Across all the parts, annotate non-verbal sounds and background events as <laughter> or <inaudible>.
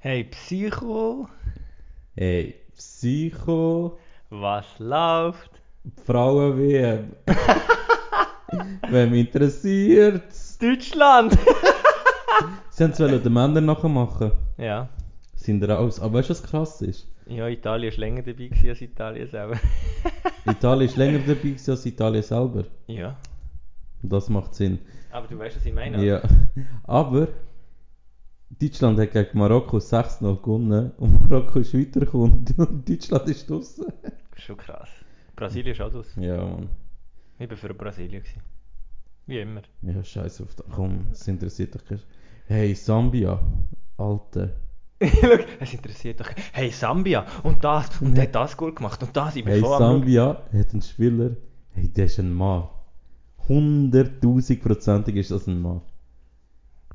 Hey Psycho, Hey, Psycho, was läuft? Frauen <laughs> WM. Wem interessiert's? Deutschland! <laughs> Sie haben es wollen den Männern nachher machen. ja. Sind da aus. Aber weißt du, was krass ist? Ja, Italien war länger dabei gewesen als Italien selber. Italien war länger dabei gewesen als Italien selber. ja. Und Das macht Sinn. Aber du weißt, was ich meine. Ja. Aber Deutschland hat gegen Marokko 6-0 gewonnen und Marokko ist weitergekommen und Deutschland ist draußen. Schon krass. Brasilien ist auch aus. Ja, Mann. Ich war für Brasilien. Gewesen. Wie immer. <laughs> Ja, scheiß auf das. Komm, es interessiert dich kein. Hey, Sambia. Alter. Schau, es interessiert doch. Hey, Sambia! Und das! Und der hat das gut gemacht! Und das! Ich bin Hey, voll am Schauen. Sambia hat einen Spieler. Hey, der ist ein Mann. Hunderttausendprozentig ist das ein Mann.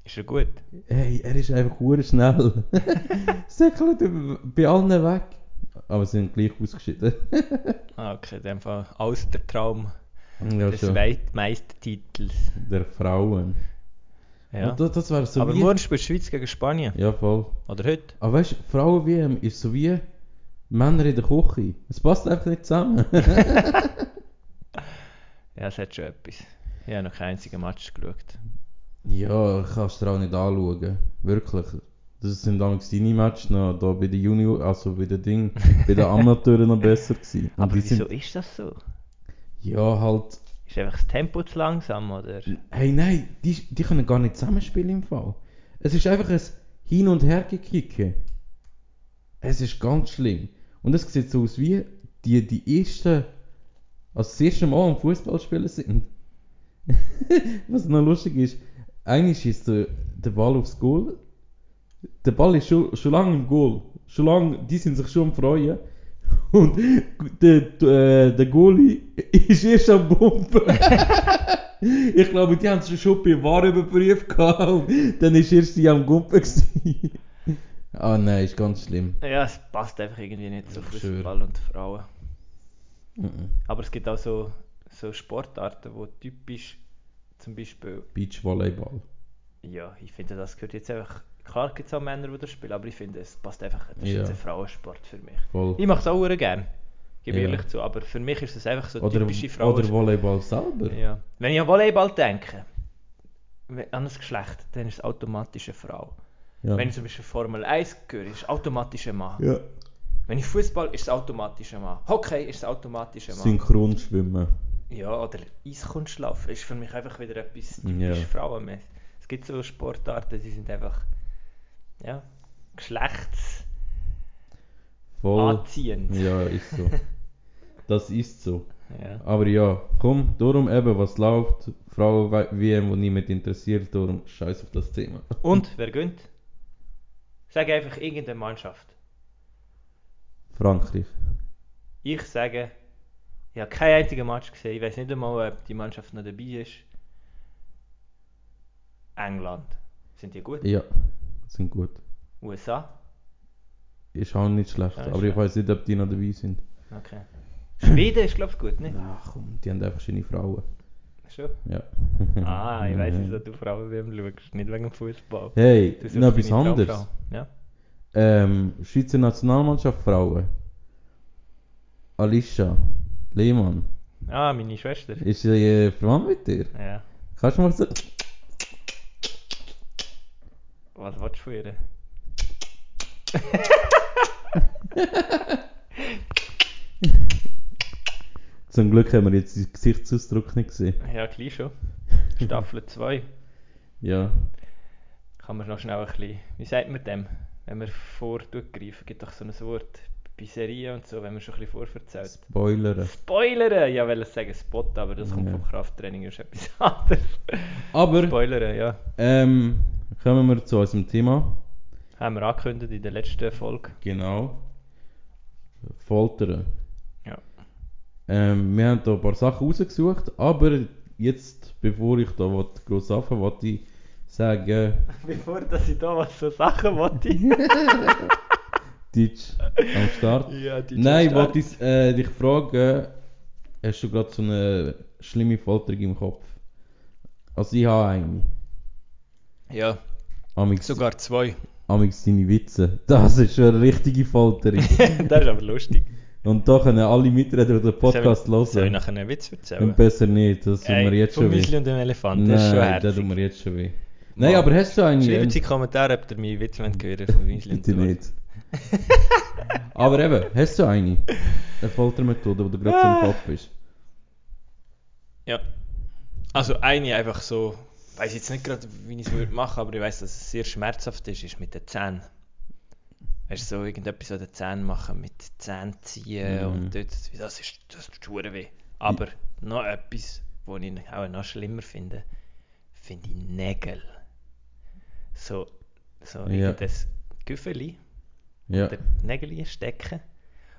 Ist er gut? Hey, er ist einfach hure schnell. <laughs> Säckelt über- bei allen weg. Aber sie sind gleich ausgeschieden. Ah, okay, in dem Fall. Aus der Traum ja, des schon. Weltmeistertitels. Der Frauen. Ja. Und das, das wäre so Aber wie... morgen spielt die Schweiz gegen Spanien. Ja, voll. Oder heute? Aber weißt du, Frauen-WM ist so wie Männer in der Küche. Es passt einfach nicht zusammen. Ja, es hat schon etwas. Ich habe noch keinen einzigen Match geschaut. Ja, kannst du dir auch nicht anschauen. Wirklich. Das sind damals deine Match noch da bei den Junior, also bei den Ding, <laughs> bei den Amateuren noch besser gewesen. Und Aber die wieso Sind, ist das so? ja, halt. Ist einfach das Tempo zu langsam, oder? Hey, nein, die, die können gar nicht zusammenspielen im Fall. Es ist einfach ein Hin- und Hergekicke. Es ist ganz schlimm. Und es sieht so aus wie die, die ersten, also das erste Mal am Fußballspielen sind. <laughs> Was noch lustig ist, eigentlich ist der, der Ball aufs Goal. Der Ball ist schon, schon lange im Goal. Schon lange, die sind sich schon am Freuen. <laughs> Und der, der, äh, der Goalie <laughs> ist erst am Pumpen. Ich glaube, die haben es schon bei War überprüft gehabt. und Dann ist erst die am Gumpen gewesen. Ah nein, ist ganz schlimm. Ja, es passt einfach irgendwie nicht zu Ja, Fußball und Frauen. Mhm. Aber es gibt auch so, so Sportarten, wo typisch zum Beispiel, Beachvolleyball. ja, ich finde, das gehört jetzt einfach. Klar gibt es auch Männer, die das spielen, aber ich finde, es passt einfach. Das ist Ja. jetzt ein Frauensport für mich. Voll. Ich mache es auch verdammt gern. Gebe Ja. ehrlich zu, aber für mich ist es einfach so Oder, typische Frauen. oder Volleyball selber. Ja. Wenn ich an Volleyball denke, we- an das Geschlecht, dann ist es automatisch eine Frau. Ja. Wenn ich zum Beispiel Formel 1 höre, ist es automatisch ein Mann. ja. Wenn ich Fußball, ist es automatisch ein Mann. Hockey ist es automatisch ein Mann. Synchron schwimmen. ja, oder Eiskunstlauf ist für mich einfach wieder etwas Ja. typisch Frauenmäßig. Es gibt so Sportarten, die sind einfach ja, geschlechtsanziehend. Voll. Ah. Ja, ist so. Das ist so. Ja. Aber ja, komm, darum eben, was läuft. Frauen WM, die niemand interessiert, darum scheiß auf das Thema. Und, wer gönnt? Sag einfach irgendeine Mannschaft. Frankreich. Ich sage, ich habe keinen einzigen Match gesehen. Ich weiß nicht einmal, ob die Mannschaft noch dabei ist. England. Sind die gut? Ja, sind gut. USA? Ist auch nicht schlecht, Ja, ist aber ich schlecht. weiß nicht, ob die noch dabei sind. Okay. Schweden ist, glaube ich, gut, nicht? Ach komm, die haben einfach schöne Frauen. Schon? Ja. Ah, ich weiß, wieso du Frauen WM schaust. Nicht wegen dem Fußball. Hey, Du suchst noch etwas deine anderes. Traumfrau. Ja. Ähm, Schweizer Nationalmannschaft Frauen. Alicia Lehmann. Ah, meine Schwester. Ist sie äh, verwandt mit dir? Ja. Kannst du mal so. Was willst du von ihr? Zum Glück haben wir jetzt den Gesichtsausdruck nicht gesehen. Ja, gleich schon. <laughs> Staffel 2. Ja. Kann man noch schnell ein bisschen. Wie sagt man dem? Wenn man vorgreift, gibt doch so ein Wort. Bei Serien und so, wenn man schon ein bisschen vorverzählt. Spoilern. Spoilern! Ja, wollte sagen Spot, aber das kommt Ja. vom Krafttraining, ist etwas <laughs> anderes. Aber, Spoilern, ja. ähm, kommen wir zu unserem Thema. Haben wir angekündigt in der letzten Folge. Genau. Foltern. Ja. Ähm, wir haben da ein paar Sachen rausgesucht, aber jetzt, bevor ich da was gross anfange, wollte ich sagen, <laughs> Bevor dass ich da was so Sachen wollte. Deutsch am <laughs> Start. ja, die Nein, Start- wollte ich äh, dich fragen, hast du gerade so eine schlimme Folterung im Kopf? Also ich habe eine. Ja, Amix. sogar zwei. Amix deine Witze. Das ist schon eine <laughs> richtige <laughs> Folterung. das ist aber lustig. Und da können alle mitreden, die den Podcast Soll ich hören. nachher einen Witz erzählen? Und besser nicht, das Also. tun wir Ey, jetzt vom schon Müsli weh. und dem Elefant, das ist schon Nein, das herzig. tun wir jetzt schon weh. Nein, Mann. aber hast du einen? Schreibt in die Kommentare, ob ihr meinen Witz wollt hören vom Müsli und Bitte dem nicht. aber eben, hast du eine? Eine Foltermethode, die dir gerade so im Ah. Kopf ist. Ja. Also eine einfach so, ich weiß jetzt nicht gerade, wie ich es würde machen, aber ich weiß, dass es sehr schmerzhaft ist, ist mit den Zähnen. Weißt du, so irgendetwas an den Zähnen machen, mit Zähnen ziehen Mhm. und dort, das ist, das tut verdammt weh. Aber noch etwas, was ich auch noch schlimmer finde, finde ich Nägel. So, so Ja. irgendein Güffeli Ja. oder Nägel stecken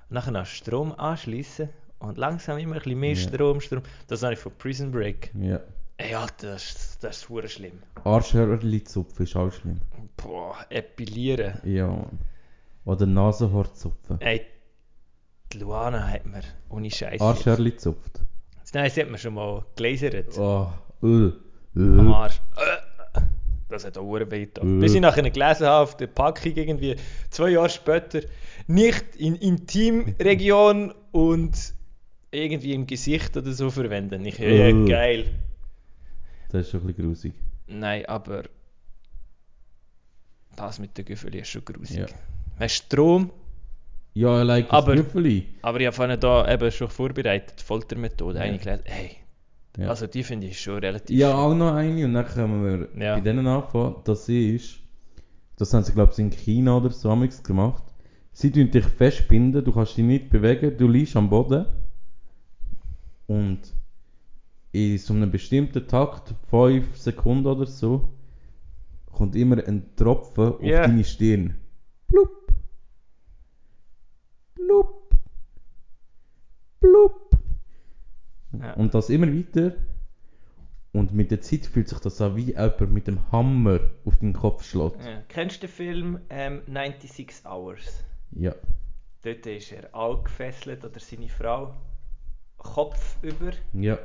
und nachher an Strom anschließen und langsam immer ein bisschen mehr Ja. Strom, Strom. Das habe ich von Prison Break. Ja. Ey, Alter, das ist, das ist hure schlimm. Arschhörerli-Zupfen ist auch schlimm. Boah, epilieren. Ja, Mann. Oder Nasenhaar-Zupfen. Ey, die Luana hat mir, ohne Scheiß. Arschhörerli-Zupft. Nein, sie hat mir schon mal gelasert. Oh, äh, Am äh. Arsch. Äh, Das hat auch hure weh getan. Äh. Bis ich nachher gelesen habe auf der Packung irgendwie, zwei Jahre später, nicht in Intimregion und irgendwie im Gesicht oder so verwenden. Ich, ja, Äh. geil. Das ist schon ein bisschen grusig. Nein, aber das mit den Güffeln ist schon grusig. Ja. Weißt du, Strom, Ja, like das Aber- Gipfeli. aber ich habe vorhin da eben schon vorbereitet, die Foltermethode Ja. eigentlich gelesen. Hey, Ja. also die finde ich schon relativ. Ja, auch noch eine und dann können wir Ja. bei denen anfangen. Das ist, das haben sie glaube ich in China oder so amigs gemacht. Sie tun dich festbinden, du kannst dich nicht bewegen, du liegst am Boden. Und in so einem bestimmten Takt, 5 Sekunden oder so, kommt immer ein Tropfen auf Ja. deine Stirn. Blub. Blub. Blub. Ja. Und das immer weiter. Und mit der Zeit fühlt sich das an wie jemand mit dem Hammer auf den Kopf schlägt. Ja. Kennst du den Film ähm, 96 Hours? Ja. Dort ist er all gefesselt oder seine Frau Kopf über Ja.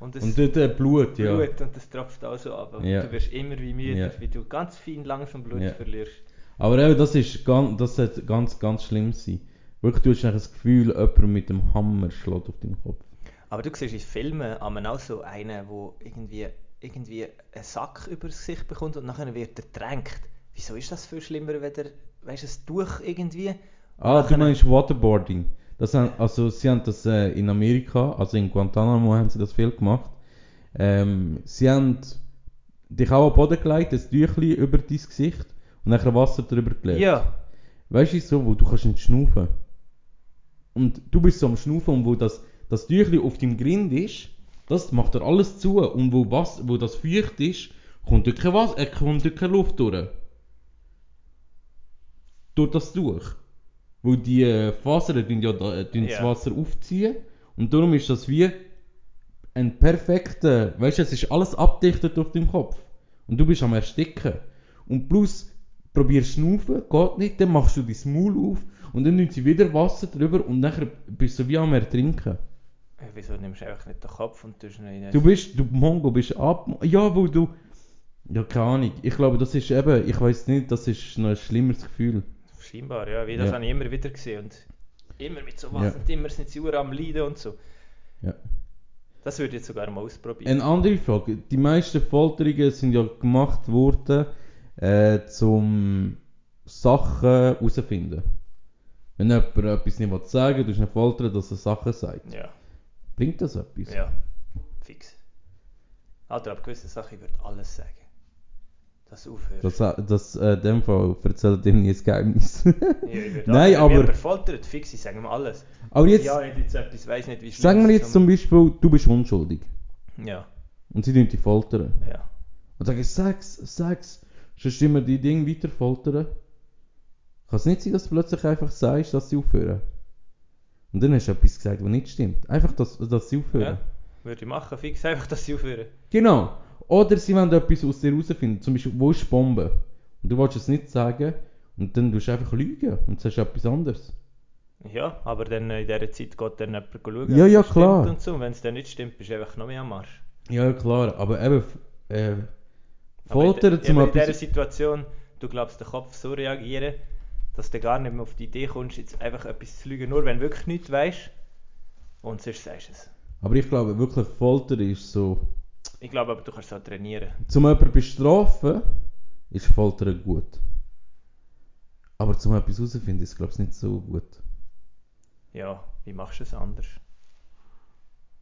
und es Und dort äh, Blut, ja. Blut und es tropft auch so ab. Und Ja. Du wirst immer wie müder, Ja. wie du ganz fein langsam Blut Ja. verlierst. Aber eben, das ist ganz, das sollte ganz, ganz schlimm sein. Wirklich, du hast nachher das Gefühl, jemand mit dem Hammer schlägt auf den Kopf. Aber du siehst in Filmen haben auch so einen, der irgendwie, irgendwie einen Sack über sich bekommt und nachher wird er getränkt. Wieso ist das viel schlimmer, wenn der, weißt du, es durch irgendwie? Ah, du Nachher- meinst Waterboarding. Das haben, also sie haben das äh, in Amerika, also in Guantanamo haben sie das viel gemacht. Ähm, sie haben dich auch am Boden gelegt, ein Tüchli über dein Gesicht und nachher Wasser drüber gelegt. Ja. Weißt du so, wo du kannst nicht schnaufen. Und du bist so am Schnaufen und wo das, das Tüchli auf dem Grind ist, das macht er alles zu. Und wo, was, wo das feucht ist, kommt dort kein Wasser, äh, kommt dort keine Luft durch. Durch das Tuch. Wo die äh, Fasern tun ja da, äh, tun das Ja. Wasser aufziehen. Und darum ist das wie ein perfekter, weißt du, es ist alles abdichtet auf dem Kopf. Und du bist am Ersticken. Und plus, probierst schnaufen, geht nicht, dann machst du dein Maul auf und dann nimmt sie wieder Wasser drüber und nachher bist du wie am Ertrinken. Äh, Wieso nimmst du einfach nicht den Kopf und tust ihn in ein- Du bist, du Mongo bist ab. Ja, wo du. Ja, keine Ahnung. Ich glaube, das ist eben, ich weiß nicht, das ist noch ein schlimmeres Gefühl. Scheinbar, ja. Wie das Ja. habe ich immer wieder gesehen. Und immer mit so was Ja. und immer sind sie ur am Leiden und so. Ja. Das würde ich jetzt sogar mal ausprobieren. Eine andere Frage. Die meisten Folterungen sind ja gemacht worden, äh, zum Sachen herausfinden. Wenn jemand etwas nicht sagen will, du hast einen Folter, dass er Sachen sagt. ja, Bringt das etwas? ja. Fix. Alter, ab gewissen Sachen ich würde alles sagen. Dass du aufhörst. Das, das äh, in dem Fall erzählt ihm nie ein Geheimnis. Ja, <laughs> ich würd Nein, auch- wenn mich aber- jemand foltert, fix, ich sage ihm alles. Aber jetzt, ja, wenn ich jetzt etwas weiss, nicht wie schlimm sagen wir es jetzt ist, zum Beispiel, du bist unschuldig aber- Ja, und sie tun dich foltern. ja. Und sagen, sag's, sag's, sonst immer die Dinge weiter foltern. Kann es nicht sein, dass du plötzlich einfach sagst, dass sie aufhören? Und dann hast du etwas gesagt, was nicht stimmt. Einfach, dass, dass sie aufhören. ja. Würde ich machen, fix, einfach, dass sie aufhören. Genau. Oder sie wollen etwas aus dir herausfinden. Zum Beispiel, wo ist die Bombe? Und du willst es nicht sagen und dann tust du einfach lügen und sagst etwas anderes. Ja, aber dann äh, in dieser Zeit geht dann jemand schauen. Ja, ob ja, es klar. Stimmt und so. Und wenn es dann nicht stimmt, bist du einfach noch mehr am Arsch. Ja, klar, aber eben. Äh, Aber in Folter der- zum aber in dieser etwas. Situation du glaubst, der Kopf so reagieren, dass du gar nicht mehr auf die Idee kommst, jetzt einfach etwas zu lügen, nur wenn du wirklich nichts weißt. Und sonst sagst du es. Aber ich glaube wirklich, Folter ist so. Ich glaube aber, du kannst es auch trainieren. Zum jemanden bestrafen, ist Folter gut. Aber zum etwas herausfinden, ist glaube ich nicht so gut. Ja, wie machst du es anders?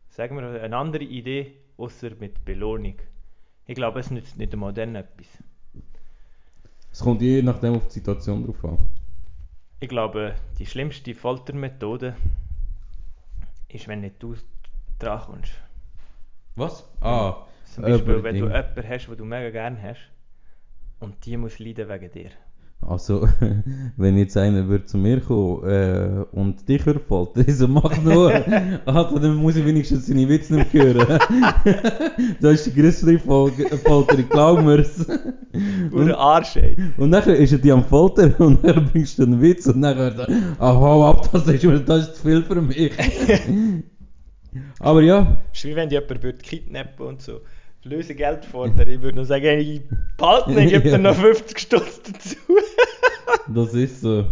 Sagen wir eine andere Idee, außer mit Belohnung. Ich glaube, es nützt nicht einmal dann etwas. Es kommt je nachdem auf die Situation drauf an. Ich glaube, die schlimmste Foltermethode ist, wenn nicht du dran kommst. Was? Ah, Zum Beispiel, Jemand wenn du Ding. jemanden hast, den du mega gerne hast, und die muss leiden wegen dir. also, wenn jetzt einer würde zu mir kommen äh, und dich würde foltern, also mach <laughs> nur. also, dann muss ich wenigstens seine Witze nicht mehr hören. <laughs> das ist die größere Folge, Folterung, glaub mir's. <laughs> Und- Oder Arsch, ey. Und dann ist er die am Foltern <laughs> und dann bringst du einen Witz und dann hört er, ah, hau ab, <laughs> das ist, mir- das ist zu viel für mich. Aber ja, Es ist wie wenn jemand würde kidnappen und so. Löse Geld fordern. Ich würde nur sagen, ey, ich behalte ihn, ich gebe <laughs> dir noch 50 Stutz dazu. das ist so.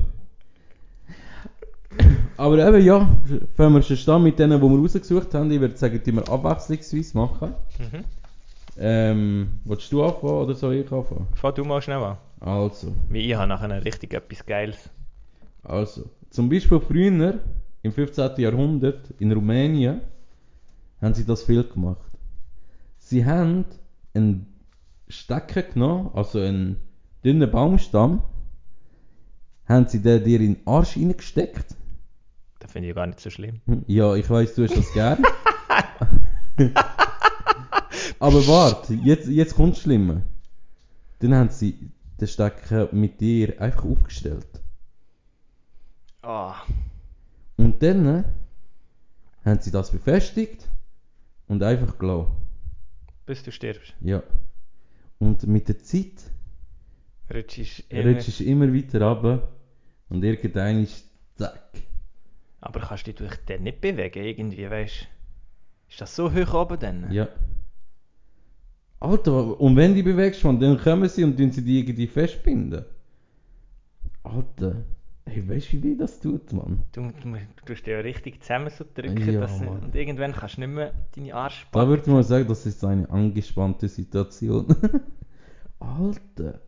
Aber eben ja, wenn wir schon stehen mit denen, die wir rausgesucht haben, ich würde sagen, die wir abwechslungsweise machen. mhm. Ähm, willst du anfangen oder soll ich anfangen? Fang du mal schnell an. Also, Wie ich habe nachher richtig etwas Geiles. also. Zum Beispiel früher, im 15. Jahrhundert, in Rumänien, haben sie das viel gemacht. Sie haben einen Stecken genommen, also einen dünnen Baumstamm, haben sie den dir in den Arsch reingesteckt. Das finde ich gar nicht so schlimm. Ja, ich weiß, du hast das gern. Aber warte, jetzt, jetzt kommt schlimmer. Dann haben sie den Stecken mit dir einfach aufgestellt. Ah, Und dann äh, haben sie das befestigt und einfach gelassen. bis du stirbst. Ja. Und mit der Zeit Rutschst ja. immer. rutschst du immer weiter runter und irgendein ist zack. Aber kannst du dich dann nicht bewegen, irgendwie, weißt du? Ist das so hoch oben dann? Ja. Alter, und wenn du dich bewegst, Mann, dann kommen sie und tun sie dich irgendwie festbinden. Alter, hey, weißt du, wie weh das tut, Mann? Du, du, du tust dich ja richtig zusammen so drücken. Ja, dass, Mann. und irgendwann kannst du nicht mehr deine <laughs> Arsch Da würde man sagen, das ist eine angespannte Situation. <laughs> Alter.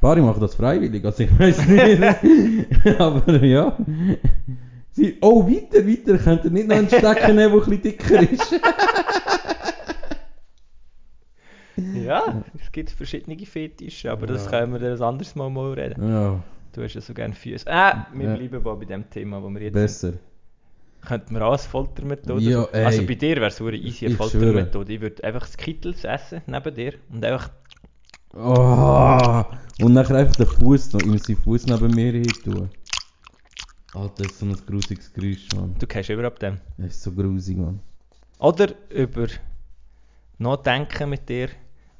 Pari macht das freiwillig, also ich weiß nicht. <laughs> Aber ja. Sie, oh, weiter, weiter, könnt ihr nicht noch einen Stecken nehmen, der ein bisschen dicker ist. Ja, es gibt verschiedene Fetische, aber das Ja. können wir dann ein anderes Mal mal reden. ja, Du hast ja so gerne Füße. Ah, wir Ja. bleiben mal bei dem Thema, wo wir jetzt sind. besser. Könnten wir auch als Foltermethode. Ja, so- also ey. bei dir wäre es eine easy Ich Foltermethode. Ich würde einfach das Kittels essen neben dir und einfach. Oh, und nachher einfach den Fuß noch, ihm seinen Fuß neben mir hin tun. Alter, das ist so ein grusiges Geräusch, Mann. Du kennst überhaupt dem. Das ist so grusig, Mann. Oder über Nachdenken mit dir,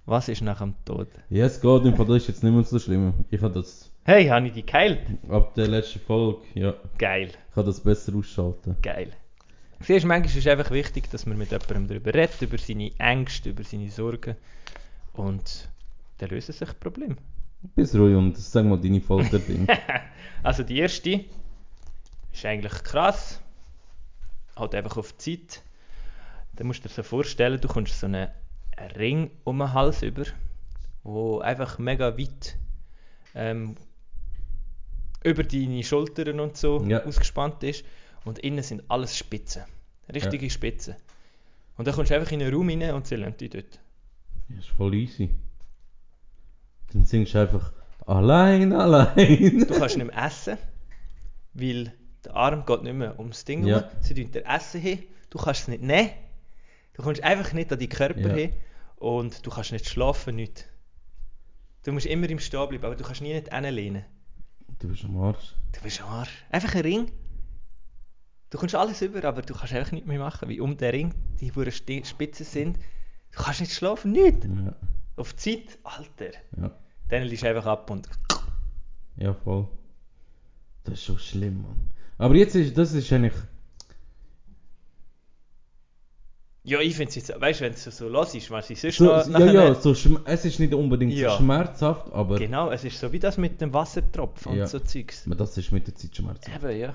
was ist nach dem Tod? Ja, es geht, im Fall, das ist jetzt nicht mehr so schlimm. Ich habe das Hey, habe ich dich geheilt? Ab der letzten Folge, ja. Geil, Ich kann das besser ausschalten. geil. Siehst du, manchmal ist es einfach wichtig, dass man mit jemandem darüber redet, über seine Ängste, über seine Sorgen. Und dann lösen sich Probleme. Bis ruhig und sag mal <laughs> deine Folter-Ding. Also die erste ist eigentlich krass. Halt einfach auf die Zeit. Dann musst du dir so vorstellen, du kommst so einen Ring um den Hals über, wo einfach mega weit ähm, über deine Schultern und so Ja. ausgespannt ist. Und innen sind alles Spitzen. Richtige Spitzen. Und dann kommst du einfach in einen Raum rein und sie lassen dich dort. das ist voll easy. Dann singst du einfach <laughs> allein, allein. Du kannst nicht mehr essen, weil der Arm geht nicht mehr ums Ding Ja. herum. Sie tun dir Essen hin, du kannst es nicht nehmen. Du kommst einfach nicht an deinen Körper Ja. hin und du kannst nicht schlafen, nichts. Du musst immer im Stehen bleiben, aber du kannst nie nicht hinlehnen. Du bist am Arsch. Du bist am Arsch. Einfach ein Ring. Du kommst alles über, aber du kannst einfach nichts mehr machen, weil um den Ring die hure Sti- Spitzen sind. Du kannst nicht schlafen, nichts. Ja, Auf die Zeit, Alter. ja. Dann liegst du einfach ab und Ja, voll. Das ist schon schlimm, Mann. Aber jetzt ist, das ist eigentlich... Ja, ich finde es jetzt, weißt du, wenn es so los ist, was ist sonst So, noch ja, ja, nachher- so schm- es ist nicht unbedingt Ja. so schmerzhaft, aber Genau, es ist so wie das mit dem Wassertropfen Ja. und so Zeugs. aber das ist mit der Zeit schmerzhaft. Eben, ja.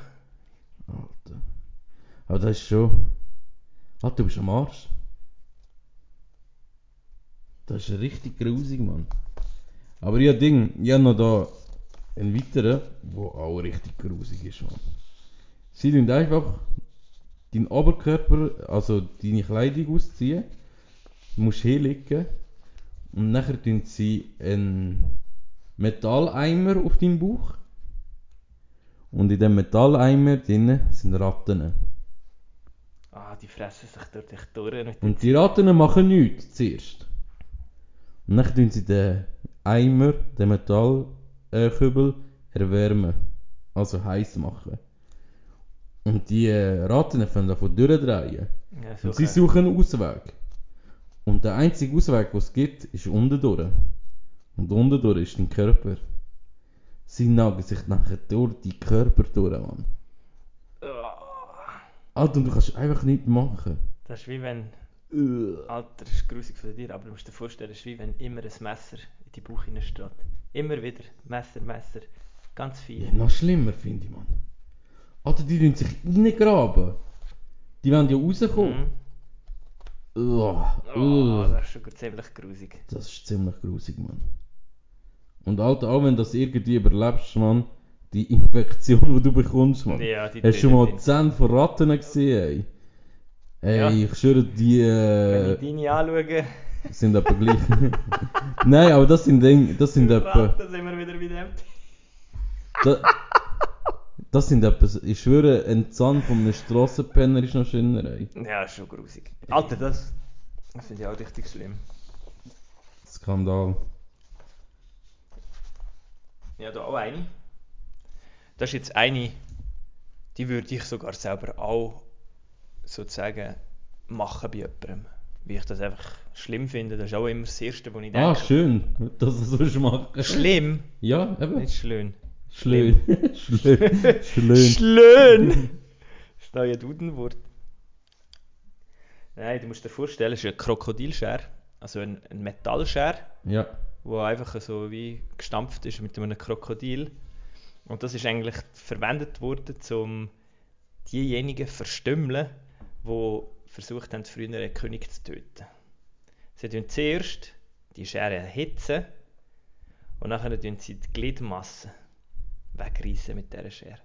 Alter. Aber das ist schon. Alter, du bist am Arsch. Das ist richtig grusig, Mann. Aber ja, Ding, ich habe noch da einen weiteren, der auch richtig grusig ist, Mann. Sie tun einfach deinen Oberkörper, also deine Kleidung ausziehen, musst hinlegen und nachher tun sie einen Metalleimer auf deinen Bauch. Und in dem Metalleimer drinnen sind Ratten. Ah, die fressen sich durch dich durch. Mit Und die Ratten machen nichts zuerst. Und dann tun sie den Eimer, den Metallkübel, erwärmen. Also heiß machen. Und die äh, Ratten fangen davon durchdrehen. ja, so Und sie kann- suchen einen Ausweg. Und der einzige Ausweg, den es gibt, ist unten durch. Und unten durch ist dein Körper. Sie nagen sich nachher durch die Körper durch, Mann. Ah, Alter, und du kannst einfach nichts machen. Das ist wie wenn. Uah. Alter, das ist grusig von dir, aber du musst dir vorstellen, es ist wie wenn immer ein Messer in die Bauch hineinsteht. Immer wieder. Messer, Messer. Ganz viel. Ja, noch schlimmer finde ich, Mann. Alter, die tun sich reingraben. Die wollen ja rauskommen. Mhm. Uah, Oh, uah. das ist schon gut ziemlich grusig. Das ist ziemlich grusig, Mann. Und Alter, auch wenn du das irgendwie überlebst, Mann, die Infektion, die du bekommst, Mann. Ja, die Hast du schon mal drinnen sind- 10 von Ratten gesehen, ey? Ey, Ja. ich schwöre, die Wenn äh, ich deine anschaue, sind etwa gleich. <laughs> Nein, aber das sind Dinge, das <laughs> sind etwa... da sind wir wieder bei dem. Da, das sind etwas, ich schwöre, ein Zahn von einem Strassenpenner ist noch schöner. Ey. Ja, ist schon grusig. Alter, das, das finde ich auch richtig schlimm. Skandal. Ja, da auch eine. Das ist jetzt eine, die würde ich sogar selber auch sozusagen machen bei jemandem. Weil ich das einfach schlimm finde. Das ist auch immer das Erste, was ich denke. Ah, schön, dass du so willst machen. Schlimm, Ja, eben. nicht schön. Schön. <laughs> Schön. Schön. Schlön! <laughs> Ist da ein Dudenwort? Nein, du musst dir vorstellen, es ist eine Krokodilschere. Also ein, ein Metallschere. Ja. wo einfach so wie gestampft ist mit einem Krokodil. Und das ist eigentlich verwendet worden, um diejenigen zu verstümmeln, die versucht haben, früher einen König zu töten. Sie tun zuerst die Schere erhitzen und nachher tun sie die Gliedmasse wegreißen mit dieser Schere.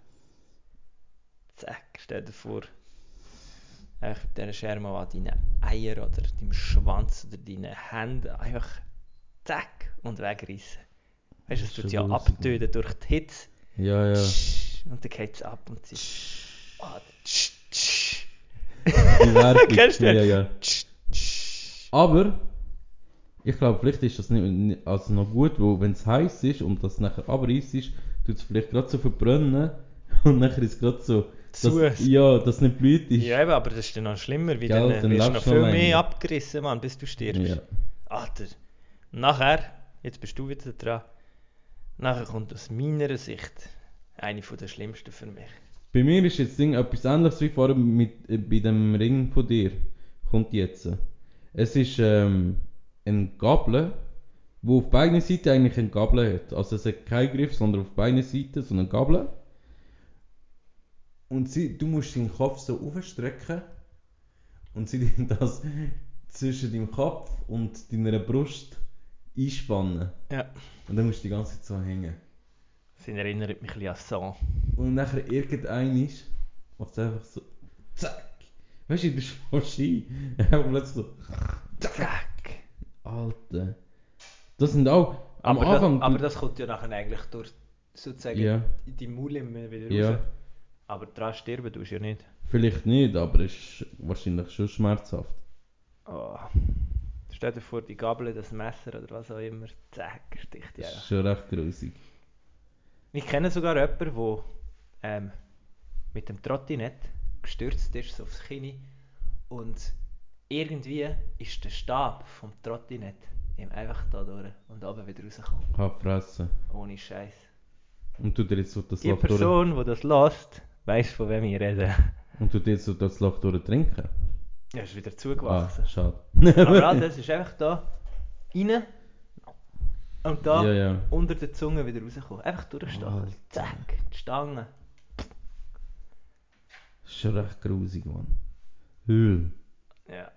Zack, stell dir vor, einfach mit dieser Schere mal an deinen Eier oder deinem Schwanz oder deinen Händen einfach zack und wegreißen. Weißt du, Das es ist tut schon ja grusig, abtöten durch die Hitze. Ja, ja. Tsch, Und dann geht es ab und sie. Ah, tsch, tsch, Die Werbung. <laughs> Kennst du den? Ja, ja. tsch, tsch. Aber, ich glaube, vielleicht ist das nicht, nicht- also noch gut, weil wenn es heiß ist und das nachher abreißt ist, tut es vielleicht gerade so verbrennen <laughs> und nachher ist es gerade so. Zu. Dass, ja, dass es nicht blüht ist. Ja, eben, aber das ist dann noch schlimmer, weil Gell, dann, dann dann wirst du noch lebst du viel noch mehr länger. abgerissen, Mann, bis du stirbst. Ja. Alter. Und nachher, jetzt bist du wieder dran, nachher kommt aus meiner Sicht eine von der schlimmsten für mich. Bei mir ist jetzt Ding etwas ähnliches wie vorher mit, äh, bei dem Ring von dir. Kommt jetzt. Es ist ähm, ein Gabel, wo auf beiden Seiten eigentlich ein Gabel hat. Also es hat keinen Griff, sondern auf beiden Seiten so eine Gabel. Und sie, du musst deinen Kopf so aufstrecken und sie <laughs> dir das zwischen deinem Kopf und deiner Brust einspannen. Ja. Und dann musst du die ganze Zeit so hängen. Das erinnert mich ein bisschen an Song. Und nachher irgendein ist, macht einfach so, zack. Weißt du, du bist voll <laughs> schei. Einfach plötzlich so, Zack! Alter. Das sind auch, am Aber, Anfang. das, aber das kommt ja nachher eigentlich durch sozusagen Ja. in die Maul immer wieder raus. ja, Aber dran sterben tust du ja nicht. vielleicht nicht, aber es ist wahrscheinlich schon schmerzhaft. Oh. Stell dir vor, die Gabel, das Messer oder was auch immer, zack, sticht die Das einfach. ist schon recht grusig. Ich kenne sogar jemanden, der ähm, mit dem Trottinett gestürzt ist so aufs Knie und irgendwie ist der Stab vom Trottinett ihm einfach da durch und oben wieder rausgekommen. Kann fressen. Ohne Scheiß. Und tut dir jetzt so das Die Loch durch. Person, die das lässt, weiß von wem ich rede. Und tut dir jetzt so das Loch durch trinken. Ja, ist wieder Ah, zugewachsen. schade. <laughs> Aber also, es ist einfach da rein und da Ja, ja. unter der Zunge wieder rauskommen. Einfach durchstacheln. Alter. Zack, die Stange. Ist schon recht grusig, Mann. Höhl. Ja.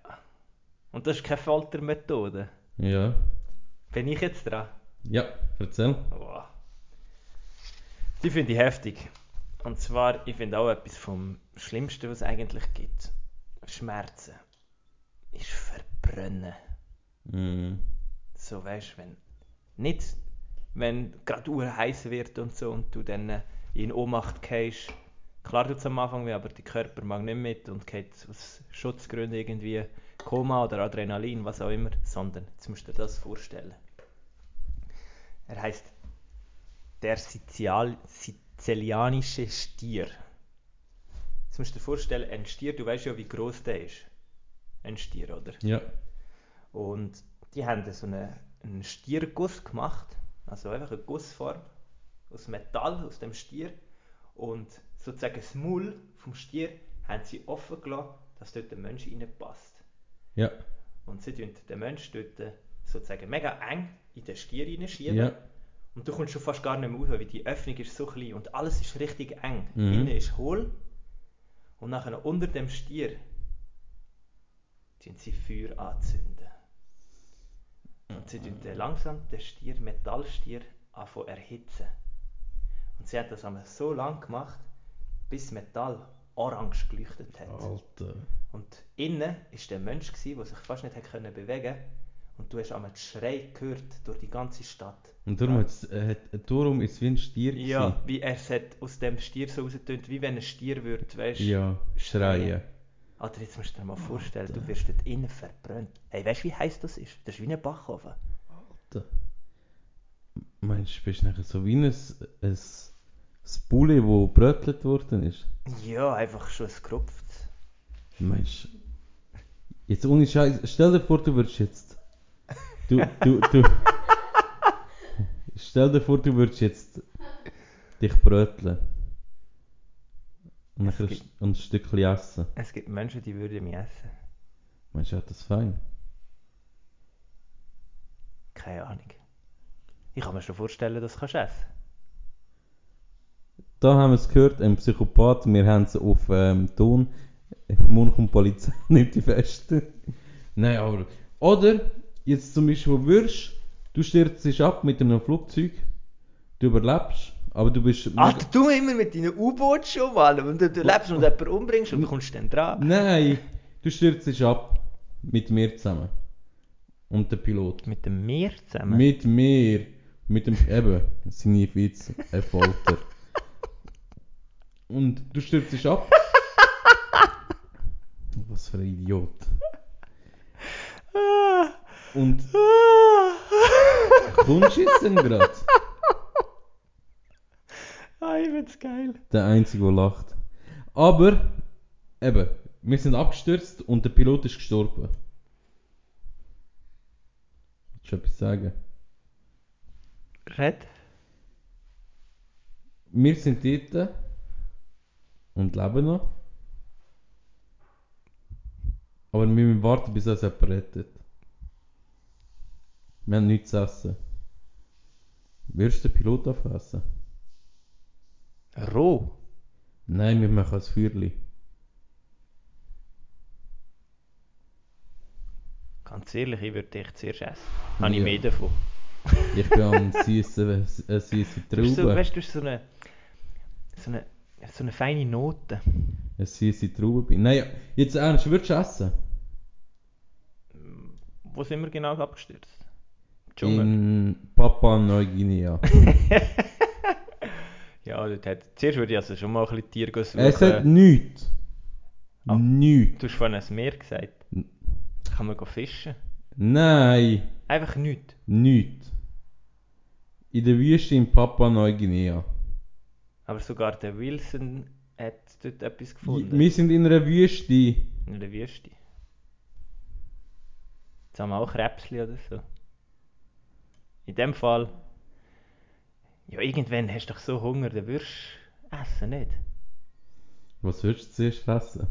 Und das ist keine Foltermethode. Ja. Bin ich jetzt dran? Ja, erzähl. Boah. Die finde ich heftig. Und zwar, ich finde auch etwas vom Schlimmsten, was es eigentlich gibt. Schmerzen. Ist verbrennen. Mhm. So weißt du, wenn. Nicht, wenn gerade Uhr heiß wird und so und du dann äh, in Ohnmacht gehst. Klar tut es am Anfang weh, aber der Körper mag nicht mit und geht aus Schutzgründen irgendwie Koma oder Adrenalin, was auch immer, sondern jetzt musst du dir das vorstellen. Er heißt der Sizial sizilianische Stier. Jetzt musst du dir vorstellen, ein Stier, du weißt ja, wie groß der ist. Ein Stier, oder? Ja. Und die haben so eine, einen Stierguss gemacht, also einfach eine Gussform aus Metall, aus dem Stier. Und sozusagen das Maul vom Stier haben sie offen gelassen, dass dort der Mensch reinpasst. Ja. Und sie tun den Mensch dort sozusagen mega eng in den Stier reinschieben. Ja. Und du kommst schon fast gar nicht mehr raus, weil die Öffnung ist so klein und alles ist richtig eng. Mhm. Innen ist hohl und nachher unter dem Stier zünden sie Feuer anzünden. Und sie tun dann langsam den Stier, Metallstier, anfangen erhitzen. Und sie haben das einmal so lang gemacht, bis das Metall orange geleuchtet hat. Alter. Und innen war der Mensch, gewesen, der sich fast nicht hat können bewegen konnte. Und du hast einmal den Schrei gehört durch die ganze Stadt. Und darum, hat's, äh, hat, darum ist es wie ein Stier Ja, gewesen. wie er es hat aus dem Stier so rausgetönt, wie wenn ein Stier würde, weißt du? Ja. Schreien. Alter, jetzt musst du dir mal vorstellen, du wirst dort innen verbrannt. Hey, weißt du, wie heiß das ist? Das ist wie ein Backofen. Meinst du, bist du nachher so wie ein, ein, ein Bulli, wo brötelt worden ist? Ja, einfach schon ein gerupft. Meinst du? Jetzt ohne Scheiß. Stell dir vor, du würdest jetzt. Du, du, du. stell dir vor, du würdest jetzt dich bröteln. Und, nachher Es gibt- ein Stückchen essen. Es gibt Menschen, die würden mich essen. Meinst du, hat das fein? Keine Ahnung. Ich kann mir schon vorstellen, dass du kannst essen Da haben wir es gehört, ein Psychopath, wir haben es auf ähm, Ton. Morgen kommt die Polizei, <laughs> nimmt die fest. Nein, aber. Oder, jetzt zum Beispiel, wo wirst du stürzt dich ab mit einem Flugzeug, du überlebst, aber du bist. Alter, Ah, du immer mit deinen U-Boot schon, Mann. Wenn du, du lebst und jemanden umbringst und kommst dann dran. Nein, du stürzt dich ab mit mir zusammen. Und der Pilot. Mit dem Meer zusammen? Mit mir. Mit dem. Eben, seine Witz, ein Folter. Und du stürzt dich ab. <laughs> Was für ein Idiot. Ah, Und kommst du jetzt denn gerade? <laughs> Ah, ich find's geil. Der Einzige, der lacht. Aber, eben, wir sind abgestürzt und der Pilot ist gestorben. Willst du etwas sagen? Red? Wir sind dort und leben noch. Aber wir müssen warten, bis uns jemand rettet. Wir haben nichts zu essen. Würdest du den Pilot aufessen? Roh? Nein, wir machen ein Feuerli. Ganz ehrlich, ich würde dich zuerst essen. Habe ich Ja. mehr davon. Ich <laughs> bin am süßen süße Du bist so, Traube. weißt du, du hast so eine, so eine, so eine feine Note. Eine süße Traube bin. Nein, jetzt ernst, würdest du essen? Wo sind wir genau abgestürzt? Dschungel. In Papua Neuguinea. Ja, dort hat, zuerst würde ich also schon mal ein bisschen Tier suchen. es hat nichts. Ah. Nichts. Du hast vorhin ein Meer gesagt. Kann man go fischen? Nein. Einfach nichts. Nichts. In der Wüste in Papua Neuguinea. Aber sogar der Wilson hat dort etwas gefunden. Wir sind in einer Wüste. In der Wüste. Jetzt haben wir auch Krebsli oder so. In dem Fall. Ja, irgendwann hast du doch so Hunger, dann wirst du essen nicht. Was würdest du zuerst essen?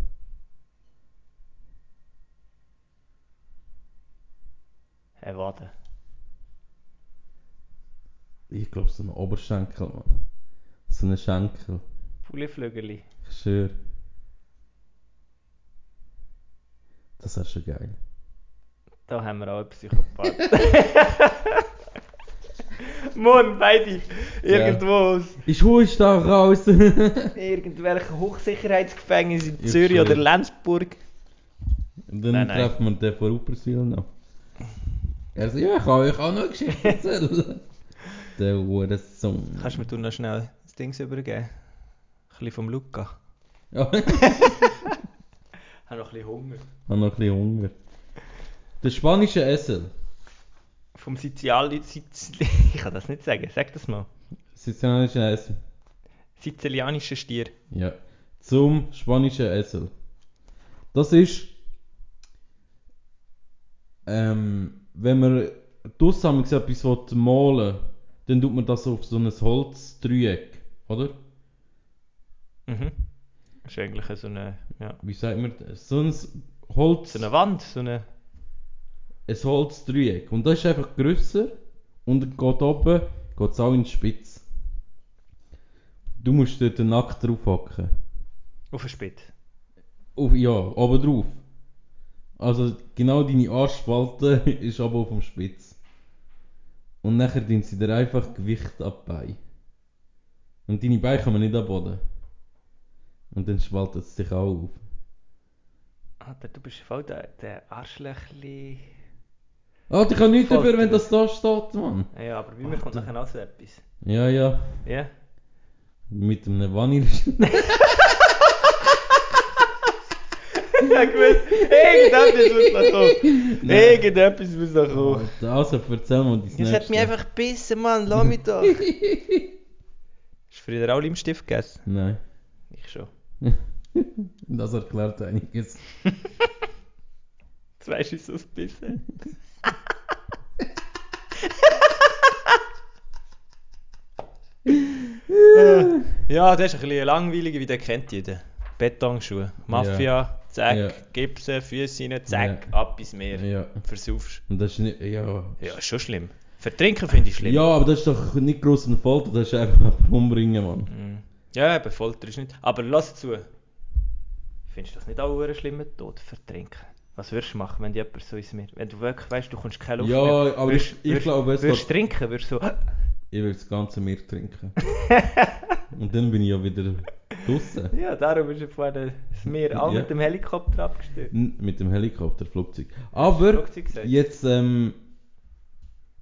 Eine Wade. Ich glaube, so ein Oberschenkel, Mann. So ein Schenkel. Puliflügeli. Ich schwöre. Das wäre schon geil. Da haben wir auch einen Psychopathen. <laughs> Mann, beide. Irgendwo aus Ich hol's <laughs> da raus. Und irgendwelchen Hochsicherheitsgefängnis in Ich Zürich schwör. oder Lenzburg. dann Nein, nein. treffen wir den von Uppersil noch. Er sagt, ja, ich kann euch auch noch eine <laughs> Geschichte erzählen. der Hurensohn. Kannst du mir du noch schnell das Ding übergeben? Ein bisschen vom Luca. Ja. Ich habe noch ein bisschen Hunger. habe noch ein bisschen Hunger. Der spanische Esel. Vom Sizilian... Sizili <laughs> ich kann das nicht sagen, sag das mal. Sizilianische Esel. Sizilianischer Stier. Ja. Zum spanischen Esel. Das ist. Ähm, wenn man draussen etwas will malen dann tut man das auf so ein Holzdreieck, oder? Mhm. Ist eigentlich so eine... Ja. Wie sagt man das? So ein Holz. So eine Wand, so eine... ein Holzdreieck. Und das ist einfach grösser und geht oben, geht es auch in die Spitze. Du musst dort den Nackt draufhacken. Auf einen Spitz. Auf, ja, oben drauf. Also genau deine Arschspalte <laughs> ist aber auf dem Spitz. Und nachher dient sie dir einfach Gewicht ab bei. Und deine Beine kommen nicht am Boden. Und dann spaltet es dich auch auf. Alter, du bist voll der, der Arschlöchli... Ah, ich kann nichts Folgt dafür, wenn dir. das da steht, Mann. Ja, aber bei mir kommt nachher auch so etwas. Ja, ja. Ja? Mit einem Vanille. Ja, gewiss. Irgendetwas muss noch kommen. Nein. Irgendetwas muss noch kommen. Alter, Also erzähl mal dein Das hat mich einfach gebissen, Mann. Lass mich <laughs> doch. Hast du früher auch Limmstift gegessen? Nein, <laughs> Ich schon. das erklärt einiges. Zwei Schüsse aus Bissen. Äh, ja, das ist ein bisschen langweiliger, wie der kennt jeder. Betonschuhe. Mafia, zack, Ja. Gipsen, Füße rein, zack, Ja. ab ins Meer. Ja, Versaufst. und das ist nicht. Ja. Ja, ist schon schlimm. Vertrinken finde ich schlimm. Ja, aber das ist doch nicht groß ein Folter, das ist einfach jemanden umbringen, Mann. Mhm. Ja, eben, Folter ist nicht. Aber lass zu. Findest du das nicht auch einen schlimmen Tod, vertrinken? Was würdest du machen, wenn jemand so ist mir? Wenn du wirklich weißt, du kommst keine Luft Ja, mehr. aber würdest, ich- ich würdest- glaube, es Würdest du trinken, würdest du so. <laughs> Ich will das ganze Meer trinken. und dann bin ich ja wieder draußen. Ja, darum ist er vorhin das Meer auch Ja. mit dem Helikopter abgestürzt. Mit dem Helikopter, Flugzeug. Aber Flugzeug gesagt. jetzt, ähm,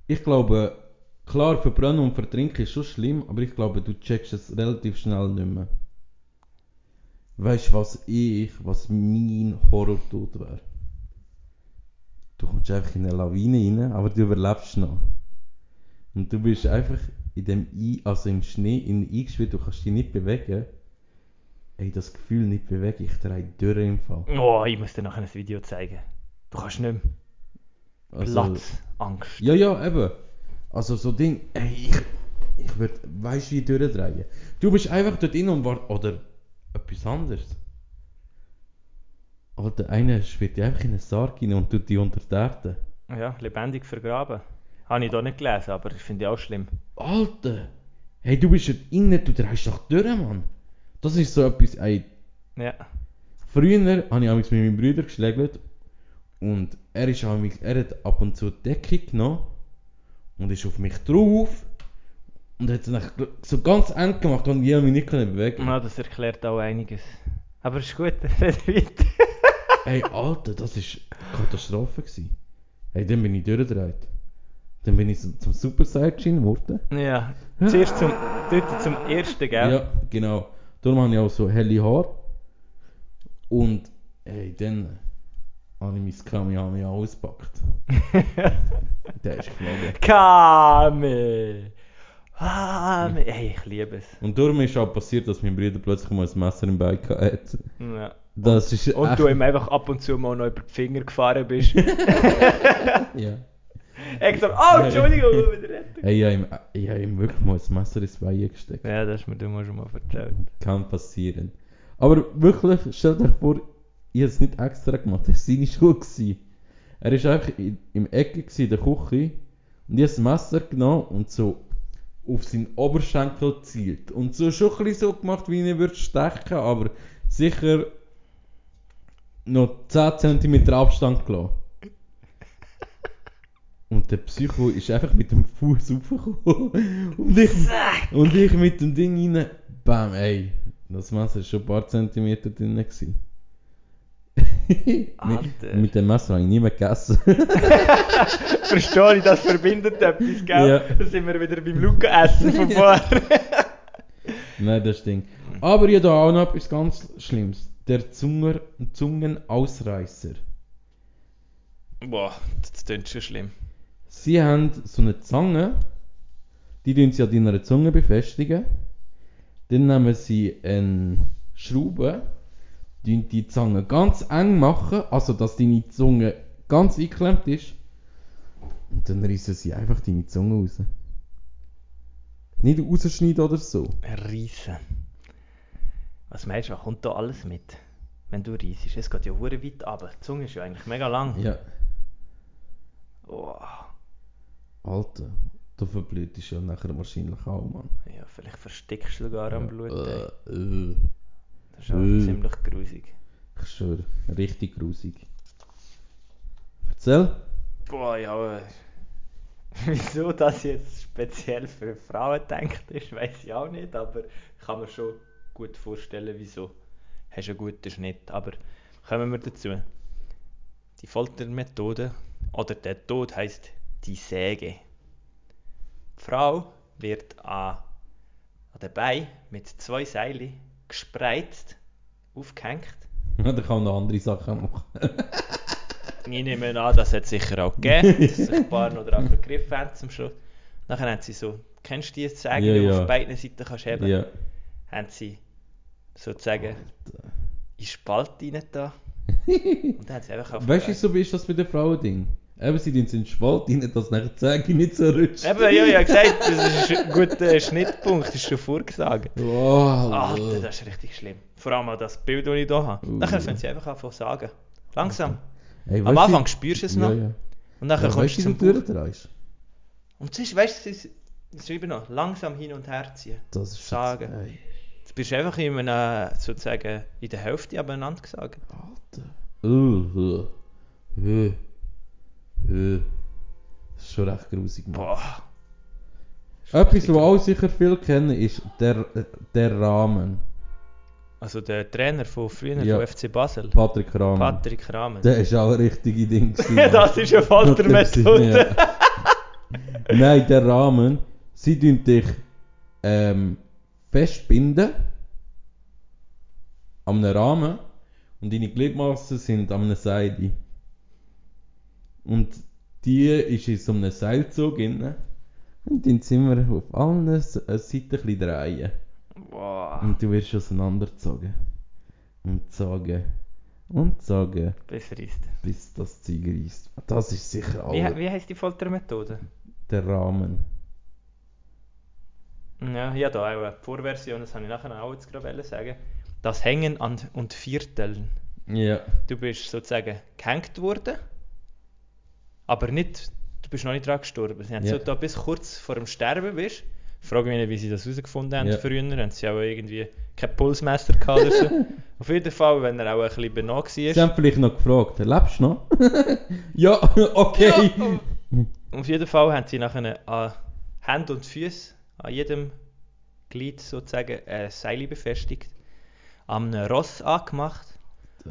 ich glaube, klar, verbrennen und vertrinken ist schon schlimm, aber ich glaube, du checkst es relativ schnell nicht mehr. Weißt du, was ich, was mein Horrortod wäre? Du kommst einfach in eine Lawine rein, aber du überlebst noch. Und du bist einfach in dem I, also im Schnee in eingeschwitzt, du kannst dich nicht bewegen. Ey, das Gefühl nicht bewegen, ich drehe durch im Fall. Oh, ich muss dir nachher ein Video zeigen. Du kannst nicht mehr. Also- Platzangst. Ja, ja, eben. Also so Ding, ey, ich, ich würde, weißt du, wie durchdrehen. Du bist einfach dort drin und wart, oder etwas anderes. Alter, einer schwirrt dich einfach in einen Sarg rein und tut dich unter die Erde. Ja, lebendig vergraben. Habe ich da nicht gelesen, aber das finde ich auch schlimm. Alter! Hey, du bist dort innen, du drehst doch durch, Mann. Das ist so etwas, ey, Ja. Früher habe ich amigs mit meinem Bruder geschlägelt und er, ist amigs, er hat ab und zu die Decke genommen und ist auf mich drauf und hat es dann so ganz eng gemacht und ich habe mich nicht können bewegen. ja, das erklärt auch einiges. Aber ist gut, <laughs> red weiter. Ey, Alter, das war Katastrophe. Gewesen. Hey, dann bin ich durchgedreht. Dann bin ich zum, zum Super Saiyan geworden. Ja, zuerst zum, dort zum ersten, Ja. gell? genau. Darum habe ich auch so helle Haare. Und hey, dann habe ich mein Kamehameha ausgepackt. Der ist geflogen. Kame! Kame! Hey, ich liebe es. Und darum ist auch passiert, dass mein Bruder plötzlich mal ein Messer im Bein hatte. Ja. Das ist Und echt, du ihm einfach ab und zu mal noch über die Finger gefahren bist. <laughs> ja. er hat gesagt, oh, Entschuldigung, ich muss wieder retten. Hey, ich habe ihm, ich habe ihm wirklich mal ein Messer ins Bein gesteckt. Ja, das hast mir du mal schon mal erzählt. Kann passieren. Aber wirklich, stell dir vor, ich habe es nicht extra gemacht. Das war seine Schuld. gewesen. Er war einfach in, im Ecke gewesen, in der Küche und ich habe das Messer genommen und so auf seinen Oberschenkel zielt. Und so schon ein bisschen so gemacht, wie ich ihn würde stechen, aber sicher noch 10 cm Abstand gelassen. Und der Psycho ist einfach mit dem Fuß <laughs> raufgekommen. Und ich, und ich mit dem Ding rein. Bam, ey. Das Messer war schon ein paar Zentimeter drin. gewesen. mit, Alter. mit dem Messer habe ich nie mehr gegessen. <laughs> Verstehe ich, das verbindet etwas, gell? Ja. Da sind wir wieder beim Luca-Essen <laughs> von vorher. Nein, das Ding. Aber ja, da auch noch ist ganz Schlimmes. Der Zunger, Zungenausreißer. Boah, das klingt schon schlimm. Sie haben so eine Zange, die tun sie an deiner Zunge befestigen. Dann nehmen sie eine Schraube, tun die Zange ganz eng machen, also dass deine Zunge ganz eingeklemmt ist. Und dann reißen sie einfach deine Zunge raus. Nicht rausschneiden oder so. Riesen. Was meinst du, was kommt da alles mit? Wenn du reisest, es geht ja hure weit aber Die Zunge ist ja eigentlich mega lang. Ja. Oh, Alter, du verblutest ja nachher wahrscheinlich auch, Mann. ja, vielleicht verstickst du sogar am Blut. ey. Äh, äh. Das ist auch äh. ziemlich grusig. Ich schwöre, richtig grusig. Erzähl. Boah, ja. aber <laughs> Wieso das jetzt speziell für Frauen denkt ist, weiß ich auch nicht, aber ich kann mir schon gut vorstellen, wieso. Hast einen guten Schnitt, aber kommen wir dazu. Die Foltermethode oder der Tod heißt die Säge. Die Frau wird an, an den Beinen mit zwei Seilen gespreizt, aufgehängt Ja, <laughs> da kann man noch andere Sachen machen. Ich nehme an, das hat es sicher auch gegeben, <laughs> dass sich ein paar noch daran vergriffen haben zum Schluss. Nachher haben sie so, kennst du die Säge, Ja, die du ja. auf beiden Seiten kannst heben? ja. Haben sie sozusagen in Spalt rein da und dann haben sie einfach Weißt du, aufgehört. so ist das bei den Frauen-Ding? Eben, sie tun es in den Spalt rein, dass nachher die Zähne nicht so rutscht. Eben, ja, ich habe gesagt, das ist ein guter Schnittpunkt, das ist schon vorgesagt. Wow. Alter, das ist richtig schlimm. Vor allem auch das Bild, das ich hier habe. Uh. Nachher fangen sie einfach an zu sagen. Langsam. Ey, Am weißt Anfang spürst du es noch Ja, ja. und nachher Ja, kommst weißt du du, zum wie du Bauch. durchdrehst? Und sonst, weißt du, es ist- es ist eben noch langsam hin und her ziehen. Das ist Sagen. Ey, Jetzt bist du einfach in einem, äh, sozusagen in der Hälfte abeinander gesagt. Alter. Uh, uh, uh, uh. Das ist schon recht grusig, Mann. Boah. Etwas, was auch sicher viel kennen, ist der, äh, der Rahmen. Also der Trainer von früher, Ja. von FC Basel, Patrick Rahmen. Patrick Rahmen. <laughs> Der ist auch ein richtige Ding. gewesen, Mann. das ist eine Faltermethode. Ja. Nein, der Rahmen. Sie tun dich ähm, festbinden. Am einem Rahmen. Und deine Gliedmassen sind am einem Seil. Und die ist in so einem Seilzug drin. Und dann sind wir auf allen S- äh, Seiten ein bisschen drehen. Boah. Und du wirst auseinandergezogen. Und zogen. Und zogen. Befreist. Bis das Zeug reißt. Das ist sicher Wie, auch wie heisst die Foltermethode? der Rahmen. Ja, ja, da auch eine Vorversion, das habe ich nachher auch jetzt gerade wollen sagen. Das Hängen an und Vierteln. Ja. Du bist sozusagen gehängt worden, aber nicht, du bist noch nicht dran gestorben. Sie haben Ja. so da bis kurz vor dem Sterben bist. Ich frage mich nicht, wie sie das herausgefunden haben Ja. früher. Haben sie auch irgendwie kein Pulsmesser gehabt oder <laughs> so. Auf jeden Fall, wenn er auch ein bisschen benannt Sie war. haben vielleicht noch gefragt, lebst du noch? <laughs> ja, okay. Ja. Auf jeden Fall haben sie nachher an Hand und Füße, an jedem Glied sozusagen, äh, ein Seil befestigt, an einem Ross angemacht.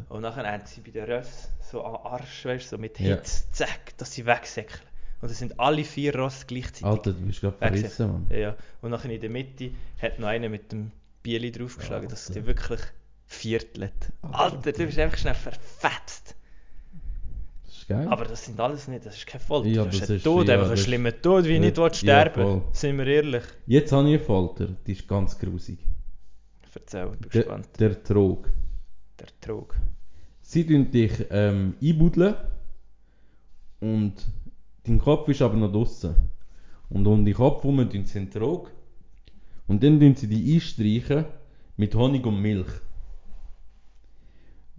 Und nachher haben sie bei den Ross so am Arsch, weißt, so mit Ja. Hitze, zack, dass sie wegsäckeln. Und das sind alle vier Ross gleichzeitig. Alter, du bist gerade verrissen, Mann. Ja, Ja, und nachher in der Mitte hat noch einer mit dem Bieli draufgeschlagen, dass es Alter. dir wirklich viertelt. Alter. Alter, du bist einfach schnell verfetzt. Das ist geil. Aber das sind alles nicht, das ist kein Folter, Ja, das, das ist ein ist- Tod, ja, einfach ein das- schlimmer Tod, wie ich nicht Ja, will sterben voll. Sind wir ehrlich? Jetzt habe ich eine Folter, die ist ganz grusig. Erzähl, ich bin Der, gespannt. der Trog. Der Trog. Sie tun dich ähm, einbudeln und dein Kopf ist aber noch draußen. Und um den Kopf herum tun sie einen Trog und dann tun sie die einstreichen mit Honig und Milch.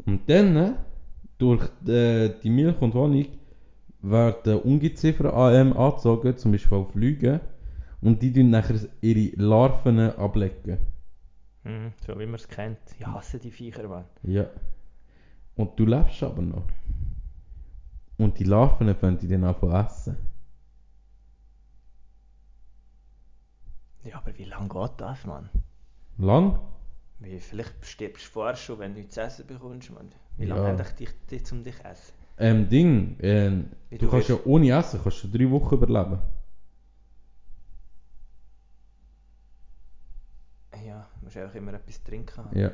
Und dann, äh, durch äh, die Milch und Honig, werden ungeziffer AM angezogen, zum Beispiel auf Flüge, und die tun nachher ihre Larven ablecken. Mhm, so wie man es kennt. Ich hasse die Viecher, Mann. Ja. Und du lebst aber noch. Und die Larven fangen die dann an zu essen. Ja, aber wie lange geht das, Mann? Lang? Wie, vielleicht stirbst du vorher schon, wenn du nichts zu essen bekommst, Mann. Wie Ja. lange haben dich die, die zum dich essen? Ähm, Ding, ähm, Wie du du kannst ja wirst- ohne Essen kannst du drei Wochen überleben. Ja, du musst einfach immer etwas trinken haben. Ja.